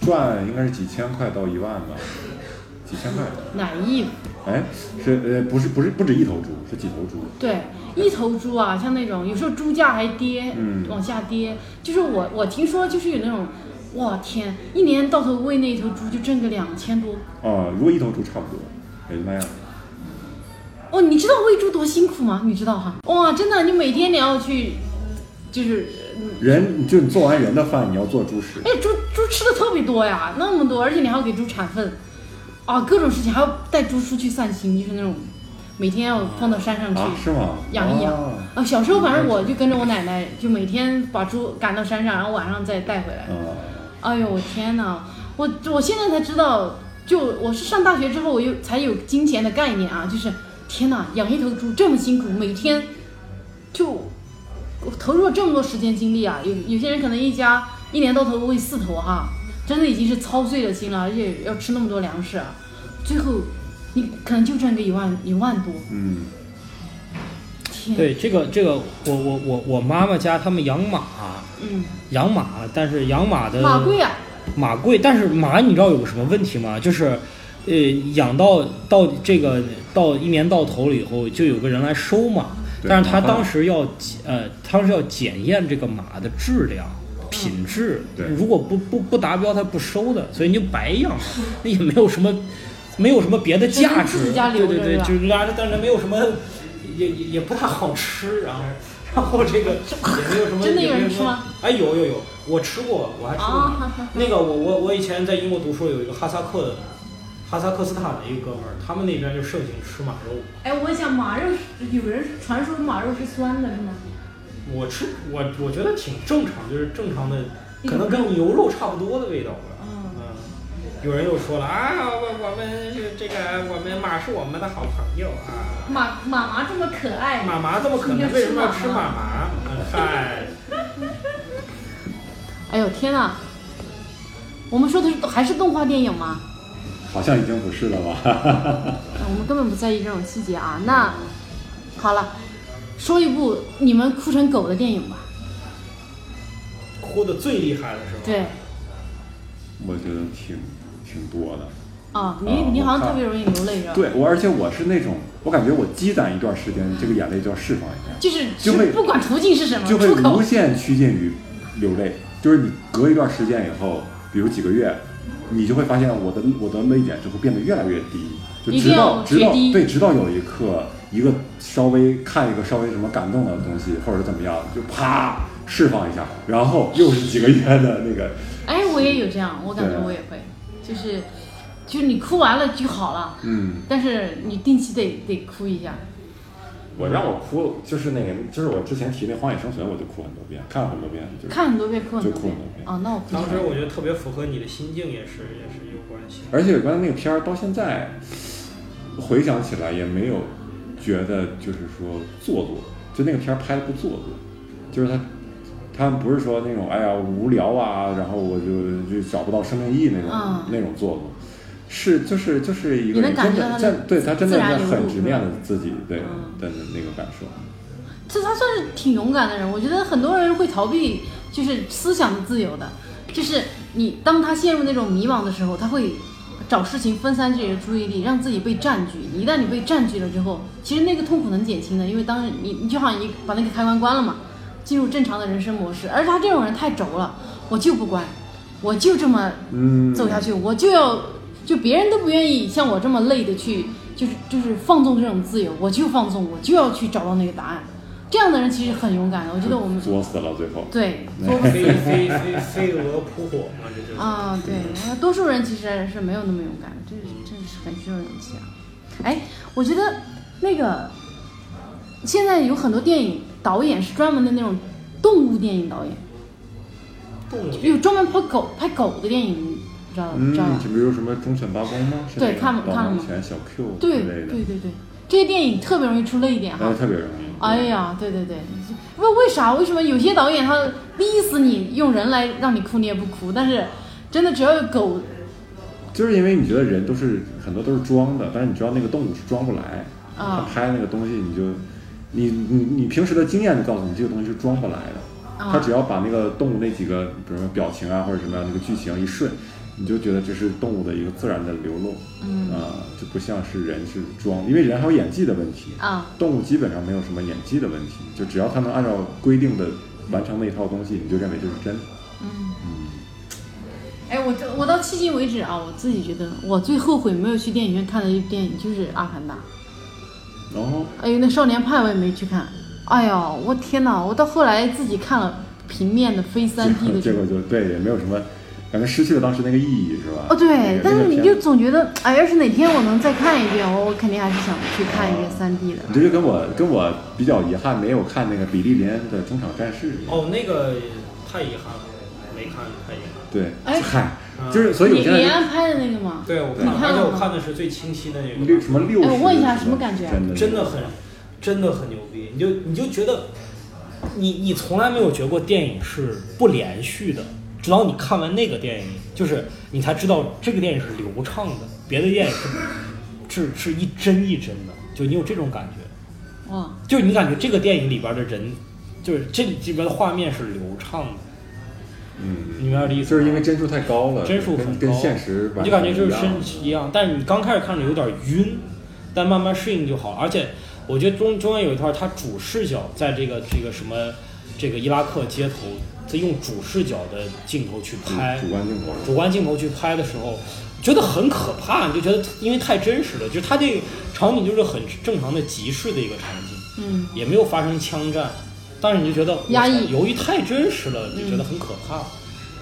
呃赚应该是几千块到一万吧，几千块。奶一哎，是呃不是不是不止一头猪，是几头猪？对，一头猪啊，像那种有时候猪价还跌，嗯往下跌。就是我我听说就是有那种，哇天，一年到头喂那头猪就挣个两千多。啊、如果一头猪差不多，也就那样。哦，你知道喂猪多辛苦吗？你知道哈？哇，真的，你每天你要去，就是，嗯人就你做完人的饭，你要做猪食。哎，猪猪吃的特别多呀，那么多，而且你还要给猪产粪，啊，各种事情，还要带猪出去散心，就是那种，每天要放到山上去。啊，是吗？养一养啊啊，小时候反正我就跟着我奶奶，就每天把猪赶到山上，然后晚上再带回来啊。哎呦，我天哪！我我现在才知道，就我是上大学之后，我又才有金钱的概念啊，就是天哪，养一头猪这么辛苦，每天就我投入了这么多时间精力啊，有有些人可能一家一年到头喂四头哈、真的已经是操碎了心了，而且要吃那么多粮食啊，最后你可能就赚个一万一万多，嗯，天，，对这个这个，我我我我妈妈家他们养马，嗯，养马，但是养马的马贵啊，马贵，但是马你知道有个什么问题吗？就是，呃，养到到这个到一年到头了以后，就有个人来收马，对但是他麻烦当时要检呃，当时要检验这个马的质量。品质，嗯对如果不不不达标，他不收的，所以你就白养 了，那也没有什么，没有什么别的只能价值自己家，对留着对对，是吧就是拉着，但是没有什么，也也也不太好吃，然后 然后这个也没有什么，真的也有人没吃什吗么，哎，有有有，我吃过，我还吃过马。啊，那个我我我以前在英国读书，有一个哈萨克的哈萨克斯坦的一个哥们儿，他们那边就盛行吃马肉。 哎，我想马肉是有人传说马肉是酸的是吗？我吃我我觉得挺正常，就是正常的，可能跟牛肉差不多的味道吧。嗯，嗯，有人又说了啊，我我们是这个我们马是我们的好朋友啊，马马麻这么可爱，马麻这么可你能要吃为什么要马吃吗马麻？嗯嗨，哎呦天哪！我们说的是还是动画电影吗？好像已经不是了吧？ 呃我们根本不在意这种细节啊。那好了，说一部你们哭成狗的电影吧。哭的最厉害的是吧？对，我觉得挺挺多的。啊，你啊你好像我看特别容易流泪是吧？对我，而且我是那种，我感觉我积攒一段时间，这个眼泪就要释放一下，就是就会不管途径是什么，就会出口无限趋近于流泪。就是你隔一段时间以后，比如几个月，你就会发现我的我的泪点就会变得越来越低，就一直定到要直到决堤对，直到有一刻，一个稍微看一个稍微什么感动的东西，或者是怎么样，就啪释放一下，然后又是几个月的那个，哎，我也有这样，我感觉对我也会，就是就是你哭完了就好了，嗯，但是你定期得得哭一下。我让我哭就是那个，就是我之前提那《荒野生存》，我就哭很多遍，看了很多遍，就是看很多遍，哭很多就哭遍很多遍啊，那我哭当了。时我觉得特别符合你的心境，也是也是有关系。而且有关那个片儿，到现在回想起来也没有觉得就是说做作，就那个片儿拍的不做作，就是他他们不是说那种哎呀无聊啊，然后我就就找不到生命意义那种、嗯那种做作，是就是就是一个你能人感真觉到的他真的对他真的自然是流很露直是面吧的自己对嗯的那个感受，这他算是挺勇敢的人。我觉得很多人会逃避，就是思想的自由的，就是你当他陷入那种迷茫的时候，他会找事情分散自己的注意力，让自己被占据。一旦你被占据了之后，其实那个痛苦能减轻的，因为当你你就好像你把那个开关关了嘛，进入正常的人生模式。而他这种人太轴了，我就不关，我就这么嗯，走下去，我就要就别人都不愿意像我这么累的去，就是就是放纵这种自由，我就放纵，我就要去找到那个答案。这样的人其实很勇敢的，我觉得我们嗯作死了最后，对飞飞飞飞蛾扑火嘛，这就是。啊，对，多数人其实是没有那么勇敢的，这是这是很需要勇气啊。哎，我觉得那个现在有很多电影导演是专门的那种动物电影导演，动物有专门拍狗拍狗的电影，你知道嗯知道吧，？就比如什么忠犬八公吗？是对那个看了导看了盲吗犬小 Q 之对类的，对对对，这些电影特别容易出泪点然哈后。特别容易，哎呀，对对对，为为啥？为什么有些导演他逼死你用人来让你哭，你也不哭？但是真的只要有狗，就是因为你觉得人都是很多都是装的，但是你知道那个动物是装不来，它啊拍那个东西你就，你你你平时的经验就告诉你这个东西是装不来的，啊它只要把那个动物那几个，比如说表情啊或者什么样的那个剧情一顺，你就觉得这是动物的一个自然的流露，嗯啊，就不像是人是装，因为人还有演技的问题，啊，动物基本上没有什么演技的问题，就只要它能按照规定的完成那一套东西，你就认为这是真的，嗯，嗯。哎，我这我到迄今为止啊，我自己觉得我最后悔没有去电影院看的一部电影就是《阿凡达》。然后哎呦，那《少年派》我也没去看。哎呀，我天哪！我到后来自己看了平面的非三 D 的结这果种就对，也没有什么，感觉失去了当时那个意义，是吧？哦，那对个，但是那你就个片子总觉得，哎，要是哪天我能再看一遍，我我肯定还是想去看一遍三 D 的。你这就跟我跟我比较遗憾没有看那个比利林恩的中场战事一样，哦，那个太遗憾了，没看，太遗憾了。对，哎嗨，嗯就是所以我李现李在安拍的那个嘛，对，我对看了，你看而且了吗我看的是最清晰的那就六个，什么六十，哎我问一下什么感觉啊真的真的很，真的很牛逼。你就你就觉得，你你从来没有觉得过电影是不连续的，直到你看完那个电影，就是你才知道这个电影是流畅的，别的电影是是是一帧一帧的，就你有这种感觉。哇，就是你感觉这个电影里边的人，就是这里边的画面是流畅的，嗯，你明白我的意思就吗？是因为帧数太高了，帧数很跟高，跟现实完全你就感觉就是不一样身一样，但是你刚开始看着有点晕，但慢慢适应就好了。而且我觉得中中间有一段，他主视角在这个这个什么这个伊拉克街头，他用主视角的镜头去拍，嗯主主观镜头主观镜头去拍的时候，觉得很可怕，你就觉得因为太真实了，就是它这个场景就是很正常的集市的一个场景，嗯，也没有发生枪战，但是你就觉得压抑我操由于太真实了，就觉得很可怕、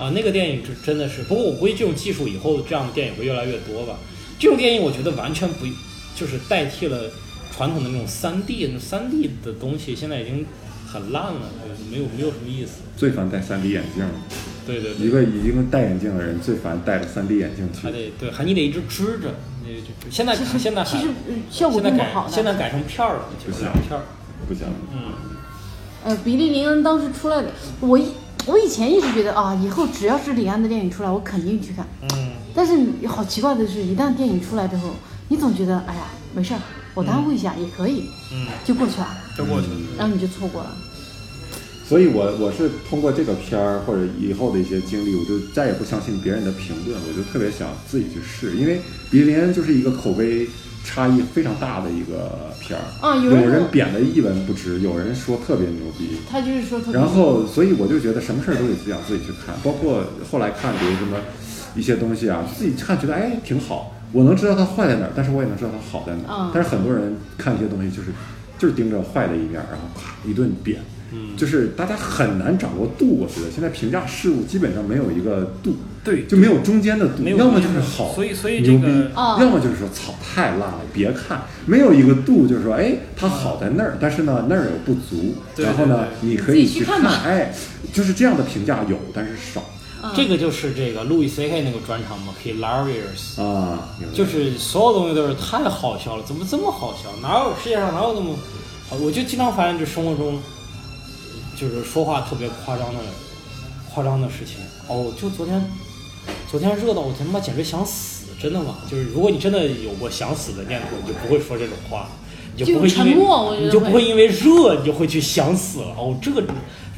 啊。那个电影是真的是，不过我估计这种技术以后这样的电影会越来越多吧。这种电影我觉得完全不就是代替了传统的那种三 D 那三 D 的东西，现在已经很烂了，就没有没有什么意思。最烦戴 3D 眼镜了，对对对。一个已经戴眼镜的人最烦戴着 3D 眼镜去还。得对，还你得一直支着，你得一直支现在 现在其还实嗯效果现在并不改好的。现在改成片儿了，就是两片儿。不行，嗯，呃，比利林恩当时出来的，我一我以前一直觉得啊，以后只要是李安的电影出来，我肯定去看。嗯，但是你好奇怪的是，一旦电影出来之后，你总觉得哎呀没事儿，我耽误一下也可以，嗯，就过去了，就过去了。然后你就错过了。所以我我是通过这个片儿或者以后的一些经历，我就再也不相信别人的评论，我就特别想自己去试，因为《比利林恩》就是一个口碑差异非常大的一个片儿。啊有有人人说贬得一文不值，有人说特别牛逼，他就是说特别然后，所以我就觉得什么事儿都得自己想自己去看，包括后来看，比如什么一些东西啊，自己看觉得哎挺好，我能知道它坏在哪儿，但是我也能知道它好在哪儿。嗯但是很多人看一些东西就是就是盯着坏的一面儿，然后啪一顿贬，嗯就是大家很难掌握度。我觉得现在评价事物基本上没有一个度，对就没有中间的度，没有要么就中间是的好，所以所以牛这个逼哦要么就是说操太烂了，别看，没有一个度，就是说哎它好在那儿，但是呢那儿有不足，对然后呢对对你可以自己去去看吧哎，就是这样的评价有，但是少这个就是这个路易 C K 那个专场嘛，Hilarious，啊，明白就是所有东西都是太好笑了，怎么这么好笑？哪有世界上哪有那么好？我就经常发现，这生活中就是说话特别夸张的人，夸张的事情。哦，就昨天，昨天热到我他妈简直想死，真的吗？就是如果你真的有过想死的念头，你就不会说这种话，你就不会因就沉为默我觉得你就会不会因为热你就会去想死了。哦，这个。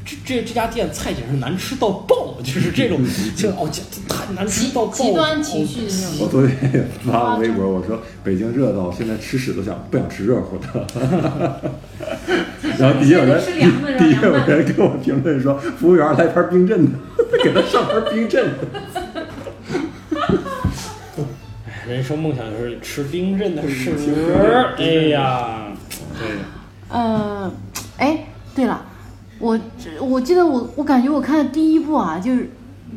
这这这家店菜简直难吃到爆，就是这种，就哦，这这太难吃到爆，极端情哦绪的那种我昨天也发了微博，我说北京热到现在吃屎都想不想吃热乎的，然后底下有人吃凉的底下有凉的人给我评论说，服务员来盘冰镇的， 给他上盘冰镇的。人生梦想就是吃冰镇的吃食冰，哎呀，对，呃，哎，对了，我这我记得我我感觉我看的第一部啊，就是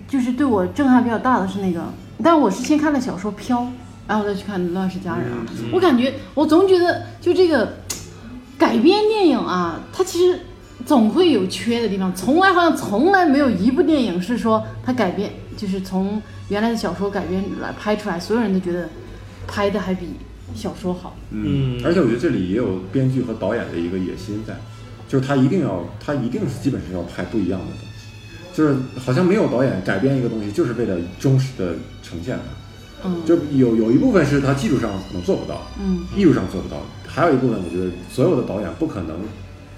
就是对我震撼比较大的是那个，但我是先看了小说《飘》，然后再去看《乱世佳人》啊。嗯我感觉我总觉得就这个改编电影啊，它其实总会有缺的地方，从来好像从来没有一部电影是说它改编就是从原来的小说改编来拍出来，所有人都觉得拍的还比小说好。嗯而且我觉得这里也有编剧和导演的一个野心在，就是他一定要，他一定是基本上要拍不一样的东西，就是好像没有导演改编一个东西就是为了忠实的呈现它，嗯就有有一部分是他技术上可能做不到，嗯，艺术上做不到，还有一部分我觉得所有的导演不可能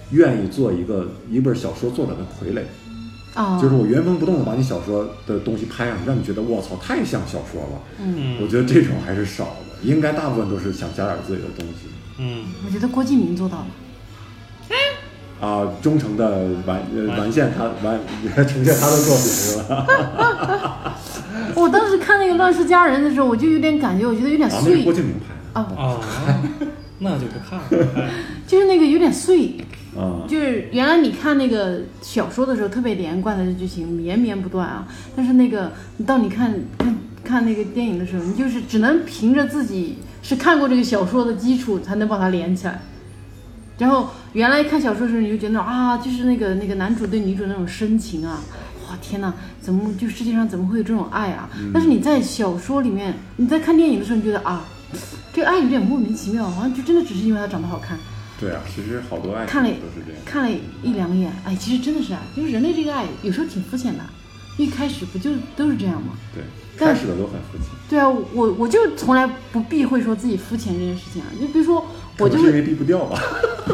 愿意做一个一本小说作者的傀儡，啊，就是我原封不动的把你小说的东西拍上去，让你觉得我操太像小说了，嗯我觉得这种还是少的，应该大部分都是想加点自己的东西。嗯，我觉得郭敬明做到了。啊，忠诚的完呃完现他完 呈现他的作品是吧？我当时看那个《乱世佳人》的时候，我就有点感觉，我觉得有点啊，那是碎郭，敬明拍哦的啊，那就不看了，哎就是那个有点碎。啊，就是原来你看那个小说的时候特别连贯的剧情绵绵不断啊，但是那个到你看看看那个电影的时候，你就是只能凭着自己是看过这个小说的基础才能把它连起来。然后原来看小说的时候，你就觉得啊，就是那个那个男主对女主那种深情啊，哇天哪，怎么就世界上怎么会有这种爱啊？但是你在小说里面，你在看电影的时候，你觉得啊，这个爱有点莫名其妙，好像就真的只是因为他长得好看，对啊，其实好多爱情看了都是这样。看了一两眼，哎，其实真的是啊，就是人类这个爱有时候挺肤浅的，一开始不就都是这样吗？对，但开始的都很肤浅，对啊，我我就从来不避讳说自己肤浅这件事情啊，就比如说我可就能是因会为避不掉吧。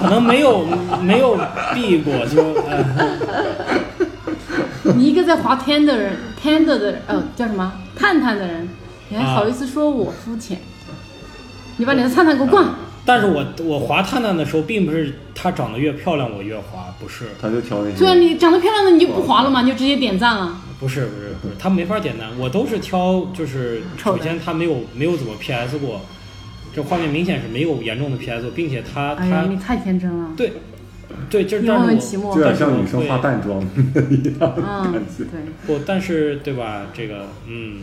可能没有没有避过，就呃，你一个在滑 Tinder 的人，Tinder 的人，呃，嗯叫什么探探的人，你还好意思说我肤浅？你把你的探探给我关了。嗯但是我我滑探探的时候，并不是她长得越漂亮我越滑，不是，他就挑那对啊，些，你长得漂亮的你就不滑了嘛，嗯你就直接点赞了。不是，不是，不是，她没法点赞，我都是挑，就是丑首的先她没有没有怎么 PS 过，这画面明显是没有严重的 PS，过并且她哎呀，她你太天真了，对对，就是你但问问是齐我墨就有。点但是我像女生化会淡妆的一 样嗯，感觉。对，不，但是对吧？这个嗯，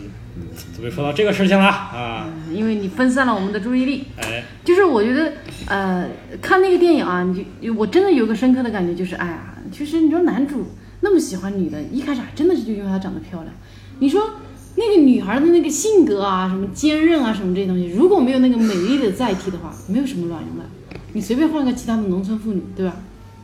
怎么说到这个事情了啊？嗯因为你分散了我们的注意力。哎，就是我觉得，呃，看那个电影啊，你就我真的有个深刻的感觉，就是哎呀，其实你说男主那么喜欢女的，一开始还真的是就因为她长得漂亮。你说那个女孩的那个性格啊，什么坚韧啊，什么这些东西，如果没有那个美丽的载体的话，没有什么卵用的。你随便换个其他的农村妇女，对吧？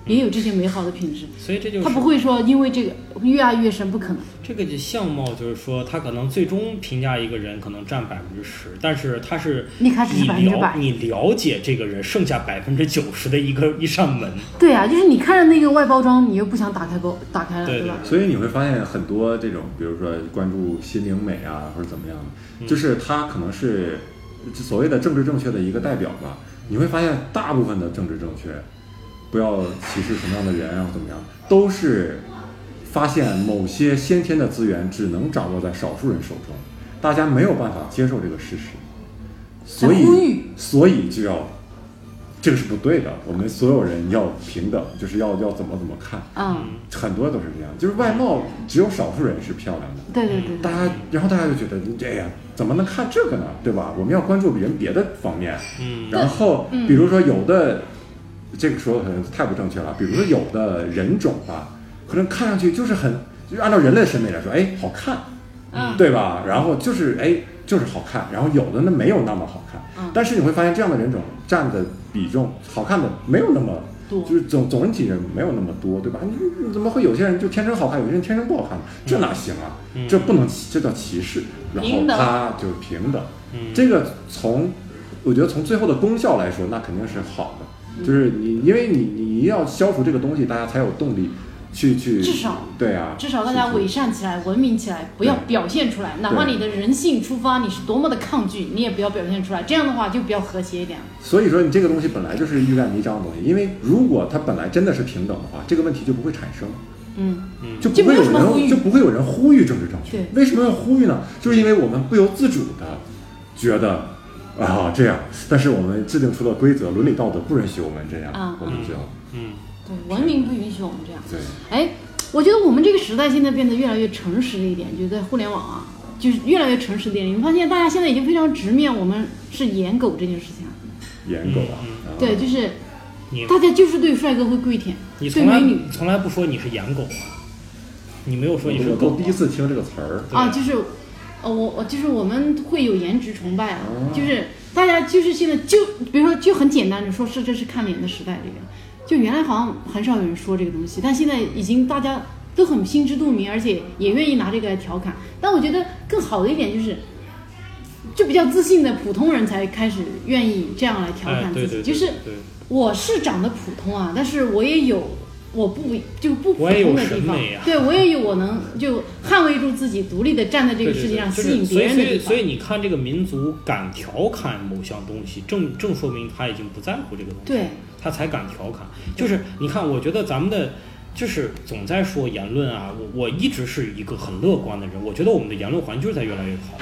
也有这些美好的品质，所以这就是她不会说因为这个越爱越深，不可能。这个就相貌，就是说他可能最终评价一个人可能占百分之十，但是他是一开始是你了100%你了解这个人剩下百分之九十的一个一扇门，对啊，就是你看着那个外包装，你又不想打开包打开了，对吧？所以你会发现很多这种，比如说关注心灵美啊，或者怎么样的，就是它可能是就所谓的政治正确的一个代表吧。你会发现大部分的政治正确，不要歧视什么样的人啊，或怎么样，都是发现某些先天的资源只能掌握在少数人手中，大家没有办法接受这个事实，所在呼吁以所以就要。这个是不对的，我们所有人要平等，就是要要怎么怎么看。嗯，很多都是这样，就是外貌只有少数人是漂亮的，对对对对。大家，然后大家就觉得，哎呀，怎么能看这个呢？对吧？我们要关注别人别的方面。嗯，然后，比如说有的，这个说的可能太不正确了。比如说有的人种吧，可能看上去就是很，就是按照人类的审美来说，哎，好看，嗯对吧？然后就是哎，就是好看。然后有的呢没有那么好看，嗯但是你会发现这样的人种占的比重，好看的没有那么多就是总总体人没有那么多，对吧？你你怎么会有些人就天生好看，有些人天生不好看？这哪行啊？这不能歧这叫歧视。然后平等他就是平等，这个从我觉得从最后的功效来说，那肯定是好嗯的。就是你，因为你你要消除这个东西，大家才有动力去去。至少对啊，至少大家去伪善起来、文明起来，不要对表现出来。哪怕你的人性出发，你是多么的抗拒，你也不要表现出来。这样的话就比较和谐一点。所以说，你这个东西本来就是欲盖弥彰的东西，因为如果它本来真的是平等的话，这个问题就不会产生，嗯，就不会有就没有什么呼吁人就不会有人呼吁政治正确对。为什么要呼吁呢？就是因为我们不由自主的觉得啊这样，但是我们制定出了规则，伦理道德不允许我们这样，啊我们就要嗯，对，文明不允许我们这样。对哎，我觉得我们这个时代现在变得越来越诚实了一点，就在互联网啊，就是越来越诚实一点。你们发现大家现在已经非常直面我们是颜狗这件事情了。严狗啊。啊嗯对，就是你大家就是对帅哥会跪舔，你对从来美女从来不说你是养狗啊，你没有说你是我都狗啊第一次听这个词儿，啊，就是，呃，我我就是我们会有颜值崇拜啊，就是大家就是现在就比如说就很简单的说是这是看脸的时代里边，就原来好像很少有人说这个东西，但现在已经大家都很心知肚明，而且也愿意拿这个来调侃。但我觉得更好的一点就是。就比较自信的普通人才开始愿意这样来调哎侃，自对己，对，对就是对，我是长得普通啊，但是我也有我不就不普我也有通的地审方，美啊对我也有我能就捍卫住自己，独立的站在这对个对世界对上就吸是引所别以人所的地以所方。以你看这个民族敢调侃某项东西，正正说明他已经不在乎这个东西。对，他才敢调侃。就是你看，我觉得咱们的就是总在说言论啊，我我一直是一个很乐观的人，我觉得我们的言论环境就是在越来越好，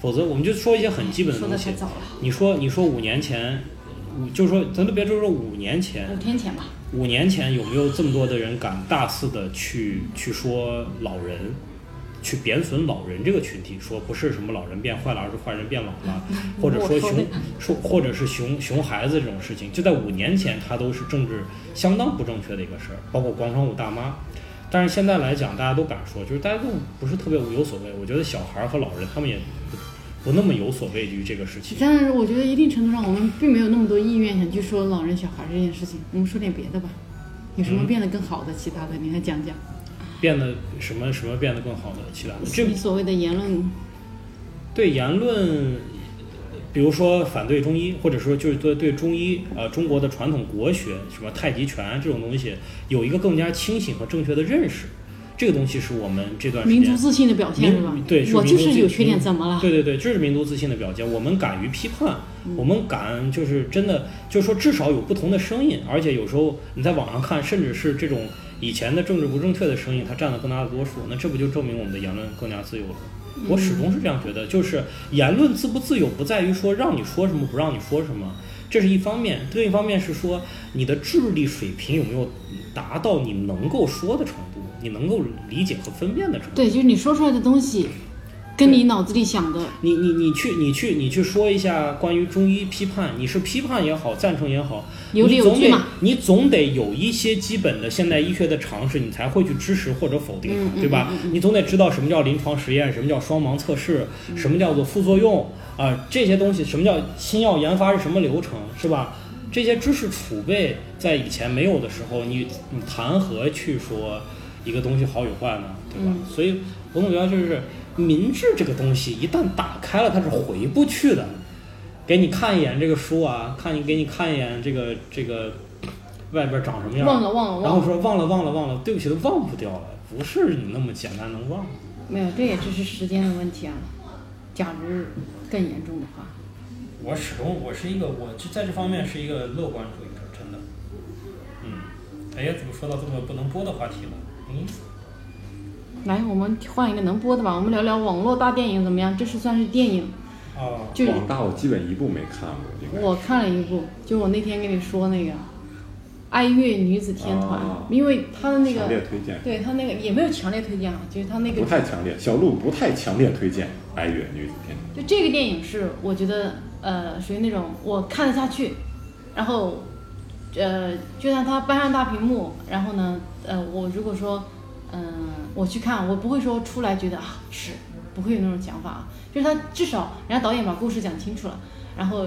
否则我们就说一些很基本的说东的太西。早了，你说你说五年前，五就是说咱都别就说五年前五，天前吧。五年前有没有这么多的人敢大肆的去去说老人，去贬损老人这个群体，说不是什么老人变坏了，而是坏人变老了，或者说我说的熊说或者是熊熊孩子这种事情，就在五年前它都是政治相当不正确的一个事儿，包括广场舞大妈。但是现在来讲，大家都敢说，就是大家都不是特别有所谓。我觉得小孩儿和老人他们也不不不那么有所畏惧这个事情。但是我觉得一定程度上，我们并没有那么多意愿想去说老人小孩这件事情。我们说点别的吧，有什么变得更好的？其他的你来讲讲。变得什么什么变得更好的，其他的这你所谓的言论，对言论，比如说反对中医，或者说就是对对中医呃中国的传统国学，什么太极拳这种东西，有一个更加清醒和正确的认识。这个东西是我们这段时间民族自信的表现是吧民？对，我民族就是自有缺点，民怎么了？嗯对对对，这是民族自信的表现。我们敢于批判，我们敢就是真的，就是说至少有不同的声音，而且有时候你在网上看，甚至是这种以前的政治不正确的声音，它占了更大的多数。那这不就证明我们的言论更加自由了？我始终是这样觉得，就是言论自不自由，不在于说让你说什么，不让你说什么。这是一方面，另一方面是说你的智力水平有没有达到你能够说的程度，你能够理解和分辨的程度。对，就是你说出来的东西，跟你脑子里想的，你你你去你去你去说一下关于中医批判，你是批判也好，赞成也好，有理你有总据得嘛你总得有一些基本的现代医学的常识，你才会去支持或者否定它，对吧？你总得知道什么叫临床实验，什么叫双盲测试，什么叫做副作用啊、这些东西，什么叫新药研发是什么流程，是吧？这些知识储备在以前没有的时候，你你谈何去说一个东西好与坏呢？对吧？所以我总觉得就是民智这个东西一旦打开了，它是回不去的。给你看一眼这个书啊，看你给你看一眼这个这个外边长什么样，忘了忘了然后忘了，说忘了忘了忘了，对不起，都忘不掉了，不是你那么简单能忘。没有，这也只是时间的问题啊。假如更严重的话，我始终我是一个我就在这方面是一个乐观主义者，真的。嗯，哎呀，怎么说到这么不能播的话题了？嗯，来，我们换一个能播的吧，我们聊聊网络大电影怎么样？这是算是电影，哦，就网大我基本一部没看过，应该我看了一部，就我那天跟你说那个《哀乐女子天团》啊因为他的那强烈个，推荐，对他那个也没有强烈推荐啊，就是他那个不太强烈，小鹿不太强烈推荐《哀乐女子天就这个电影是我觉得呃属于那种我看得下去，然后呃就算它搬上大屏幕，然后呢呃我如果说嗯、我去看，我不会说出来觉得啊是不会有那种想法啊，就是他至少人家导演把故事讲清楚了，然后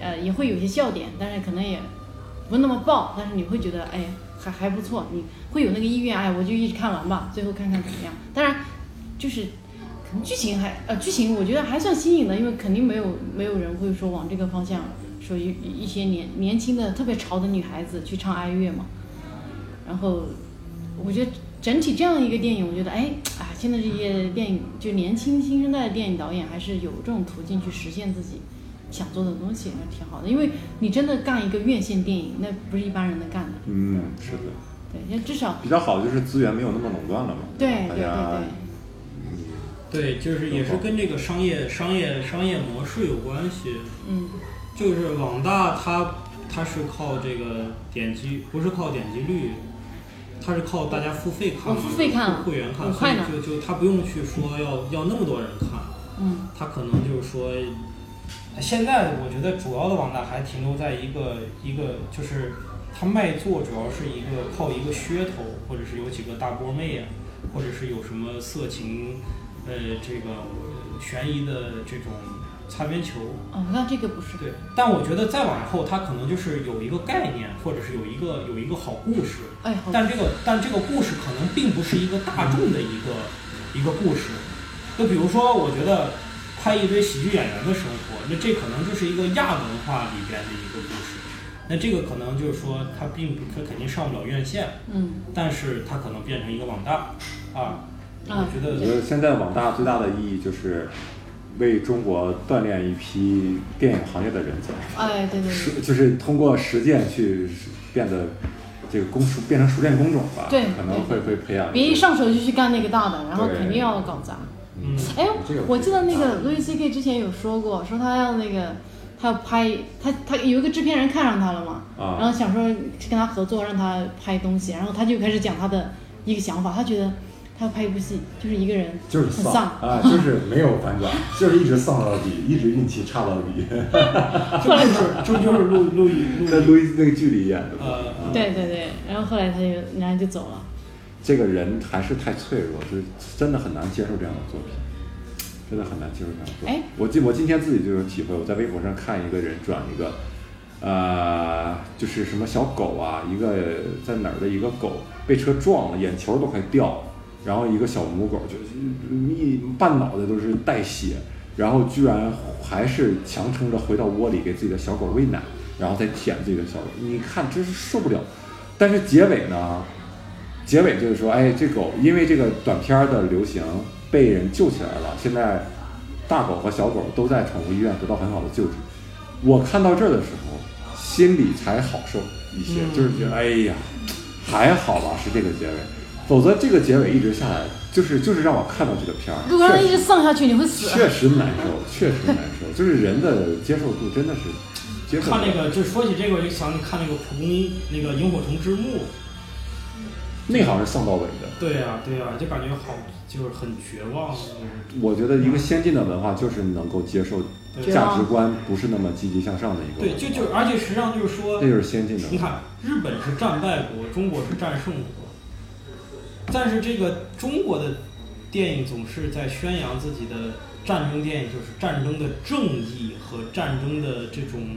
呃也会有一些笑点，但是可能也不那么爆，但是你会觉得哎还还不错，你会有那个意愿哎我就一直看完吧，最后看看怎么样。当然就是可能剧情还呃剧情我觉得还算新颖的，因为肯定没有没有人会说往这个方向说一一些年年轻的特别潮的女孩子去唱哀乐嘛。然后我觉得整体这样一个电影，我觉得哎啊，现在这些电影就年轻新生代的电影导演还是有这种途径去实现自己想做的东西，还挺好的。因为你真的干一个院线电影，那不是一般人能干的。》。嗯，是的，对，那至少比较好的就是资源没有那么垄断了嘛。对吧对大对家对。对，就是也是跟这个商业商业商业模式有关系。嗯，就是网大它它是靠这个点击，不是靠点击率，它是靠大家付费看我嘛，哦付费看了会员看，所很以快呢就就它不用去说要要那么多人看，嗯，它可能就是说，哎现在我觉得主要的网大还停留在一个一个就是。它卖座主要是一个靠一个噱头，或者是有几个大波妹啊，或者是有什么色情，呃，这个呃悬疑的这种擦边球，哦，那这个不是。对，但我觉得再往后，它可能就是有一个概念，或者是有一个有一个好故事，哎，好，但这个但这个故事可能并不是一个大众的一个一个故事。就比如说，我觉得拍一堆喜剧演员的生活，那这可能就是一个亚文化里边的一个故事。那这个可能就是说，它并不，它肯定上不了院线，嗯但是它可能变成一个网大，啊，啊我觉我得觉得现在网大最大的意义就是为中国锻炼一批电影行业的人才，哎，对对对。实就是通过实践去变得这个工熟变成熟练工种吧，对可能会会培养。别一上手就去干那个大的，然后对肯定要搞砸。嗯，哎这个，我记得那个 Louis C K 之前有说过，说他要那个，他要拍他他有一个制片人看上他了嘛，啊然后想说跟他合作，让他拍东西，然后他就开始讲他的一个想法，他觉得他要拍一部戏，就是一个人就是很丧啊，就是没有反转，就是一直丧到底，一直运气差到底，这就是这就是路路易路跟易，路易斯那 个剧里演的。呃，对对对，然后后来他就人家就走了。这个人还是太脆弱，就是真的很难接受这样的作品。真的很难技术上说。哎，我今我今天自己就有体会，我在微博上看一个人转一个，呃，就是什么小狗啊，一个在哪儿的一个狗被车撞了，眼球都快掉了，然后一个小母狗就是一半脑袋都是带血，然后居然还是强撑着回到窝里给自己的小狗喂奶，然后再舔自己的小狗，你看真是受不了。但是结尾呢，结尾就是说，哎，这狗因为这个短片儿的流行被人救起来了，现在大狗和小狗都在宠物医院得到很好的救治。我看到这儿的时候，心里才好受一些，嗯就是觉得哎呀，还好吧，是这个结尾，否则这个结尾一直下来，就是就是让我看到这个片儿，如果让它确一实直丧下去，你会死。确实难受，确实难受，就是人的接受度真的是接受不看了。那个，就说起这个，我就想起看那个蒲公英，那个萤火虫之墓。那好像是丧到尾的，对呀、对啊呀、就感觉好，就是很绝望。就是我觉得一个先进的文化就是能够接受对价值观不是那么积极向上的一个文对，化，就就而且实际上就是说这，就是先进的你文化。看日本是战败国，中国是战胜国，但是这个中国的电影总是在宣扬自己的战争电影，就是战争的正义和战争的这种、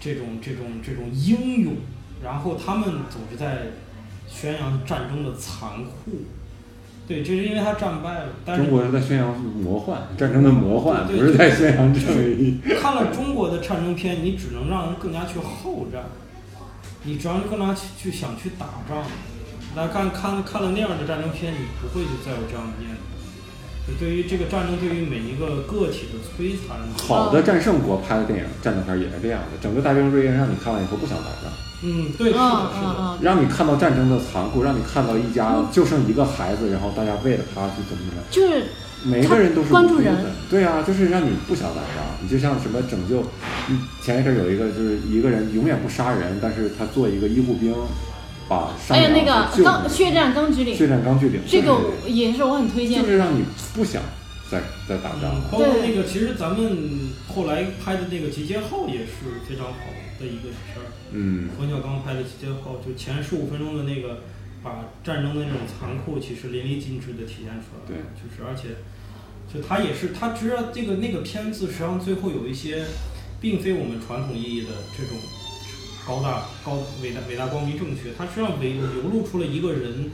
这种、这种、这种英勇，然后他们总是在宣扬战争的残酷。对，这是因为他战败了，但是中国是在宣扬魔幻战争的魔幻，对不是在宣扬正义。 看了中国的战争片，你只能让人更加去好战，你只能更加去去想去打仗。来看看看了那样的战争片，你不会再有这样的念头。就对于这个战争，对于每一个个体的摧残，好的战胜国拍的电影战争片也是这样的，整个大兵瑞恩让你看完以后不想打仗，嗯，嗯对，是的，嗯是嗯的，嗯，让你看到战争的残酷，让你看到一家就剩一个孩子，然后大家为了他去怎么怎么样。就是每个人都是关注无辜的人，对啊，就是让你不想打仗。你就像什么拯救，嗯前一阵有一个就是一个人永远不杀人，但是他做一个医护兵，把杀哎呀，人那个钢就血战钢锯岭，血战钢锯岭，这个对也是我很推荐就。是让你不想再再打仗嗯，了。包括对那个，其实咱们后来拍的那个《集结号》也是非常好的一个片儿。嗯，冯小刚拍的《集结号》，就前十五分钟的那个，把战争的那种残酷其实淋漓尽致的体现出来了。对就是而且，就他也是他知道这个那个片子实际上最后有一些，并非我们传统意义的这种高大高伟大伟大光明正确，他实际上流流露出了一个人。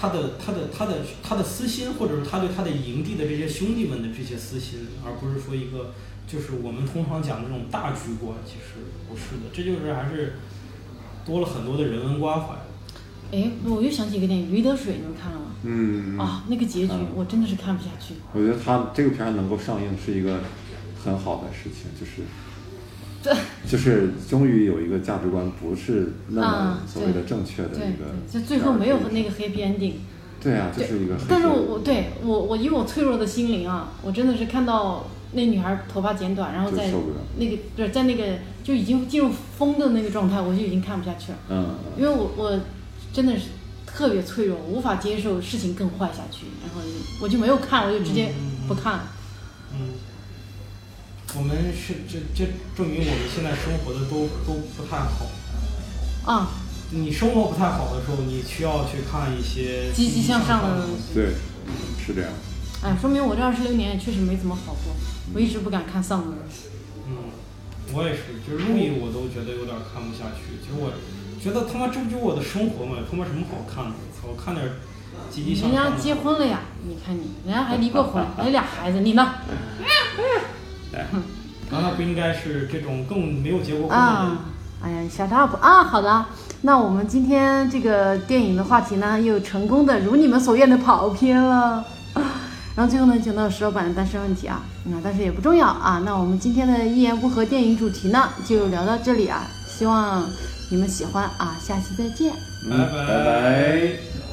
他的他的他的他的私心，或者是他对他的营地的这些兄弟们的这些私心，而不是说一个就是我们通常讲的这种大局观，其实不是的，这就是还是多了很多的人文关怀。哎，我又想起一个电影《驴得水》，你们看了吗？嗯，啊，那个结局嗯我真的是看不下去。我觉得他这个片儿能够上映是一个很好的事情，就是。对， 就是终于有一个价值观不是那么啊所谓的正确的对一对个，，就最后没有那个 happy ending。对啊，就对是一个很。但是我我对我我以我脆弱的心灵啊，我真的是看到那女孩头发剪短，然后就在受不了那个不是在那个就已经进入疯的那个状态，我就已经看不下去了，嗯，因为我我真的是特别脆弱，我无法接受事情更坏下去，然后我就没有看，我就直接不看了。嗯，我们是这这证明我们现在生活的都都不太好。啊，你生活不太好的时候，你需要去看一些积极向上的嗯的东西对，嗯是这样。哎，说明我这二十六年也确实没怎么好过，我一直不敢看丧的东西。嗯，我也是，就是路易我都觉得有点看不下去。其实我觉得他妈这不就是我的生活嘛，有他妈什么好看的？操，看点积极向人上的。家结婚了呀，你看你，人家还离过婚，有俩孩子，你呢？难道不应该是这种更没有结过婚的人啊？，哎呀，shut up 啊！好的，那我们今天这个电影的话题呢，又成功的如你们所愿的跑偏了。 然后最后呢，讲到石老板的单身问题啊，那但是也不重要啊。那我们今天的一言不合电影主题呢，就聊到这里啊，希望你们喜欢啊，下期再见。嗯拜拜拜拜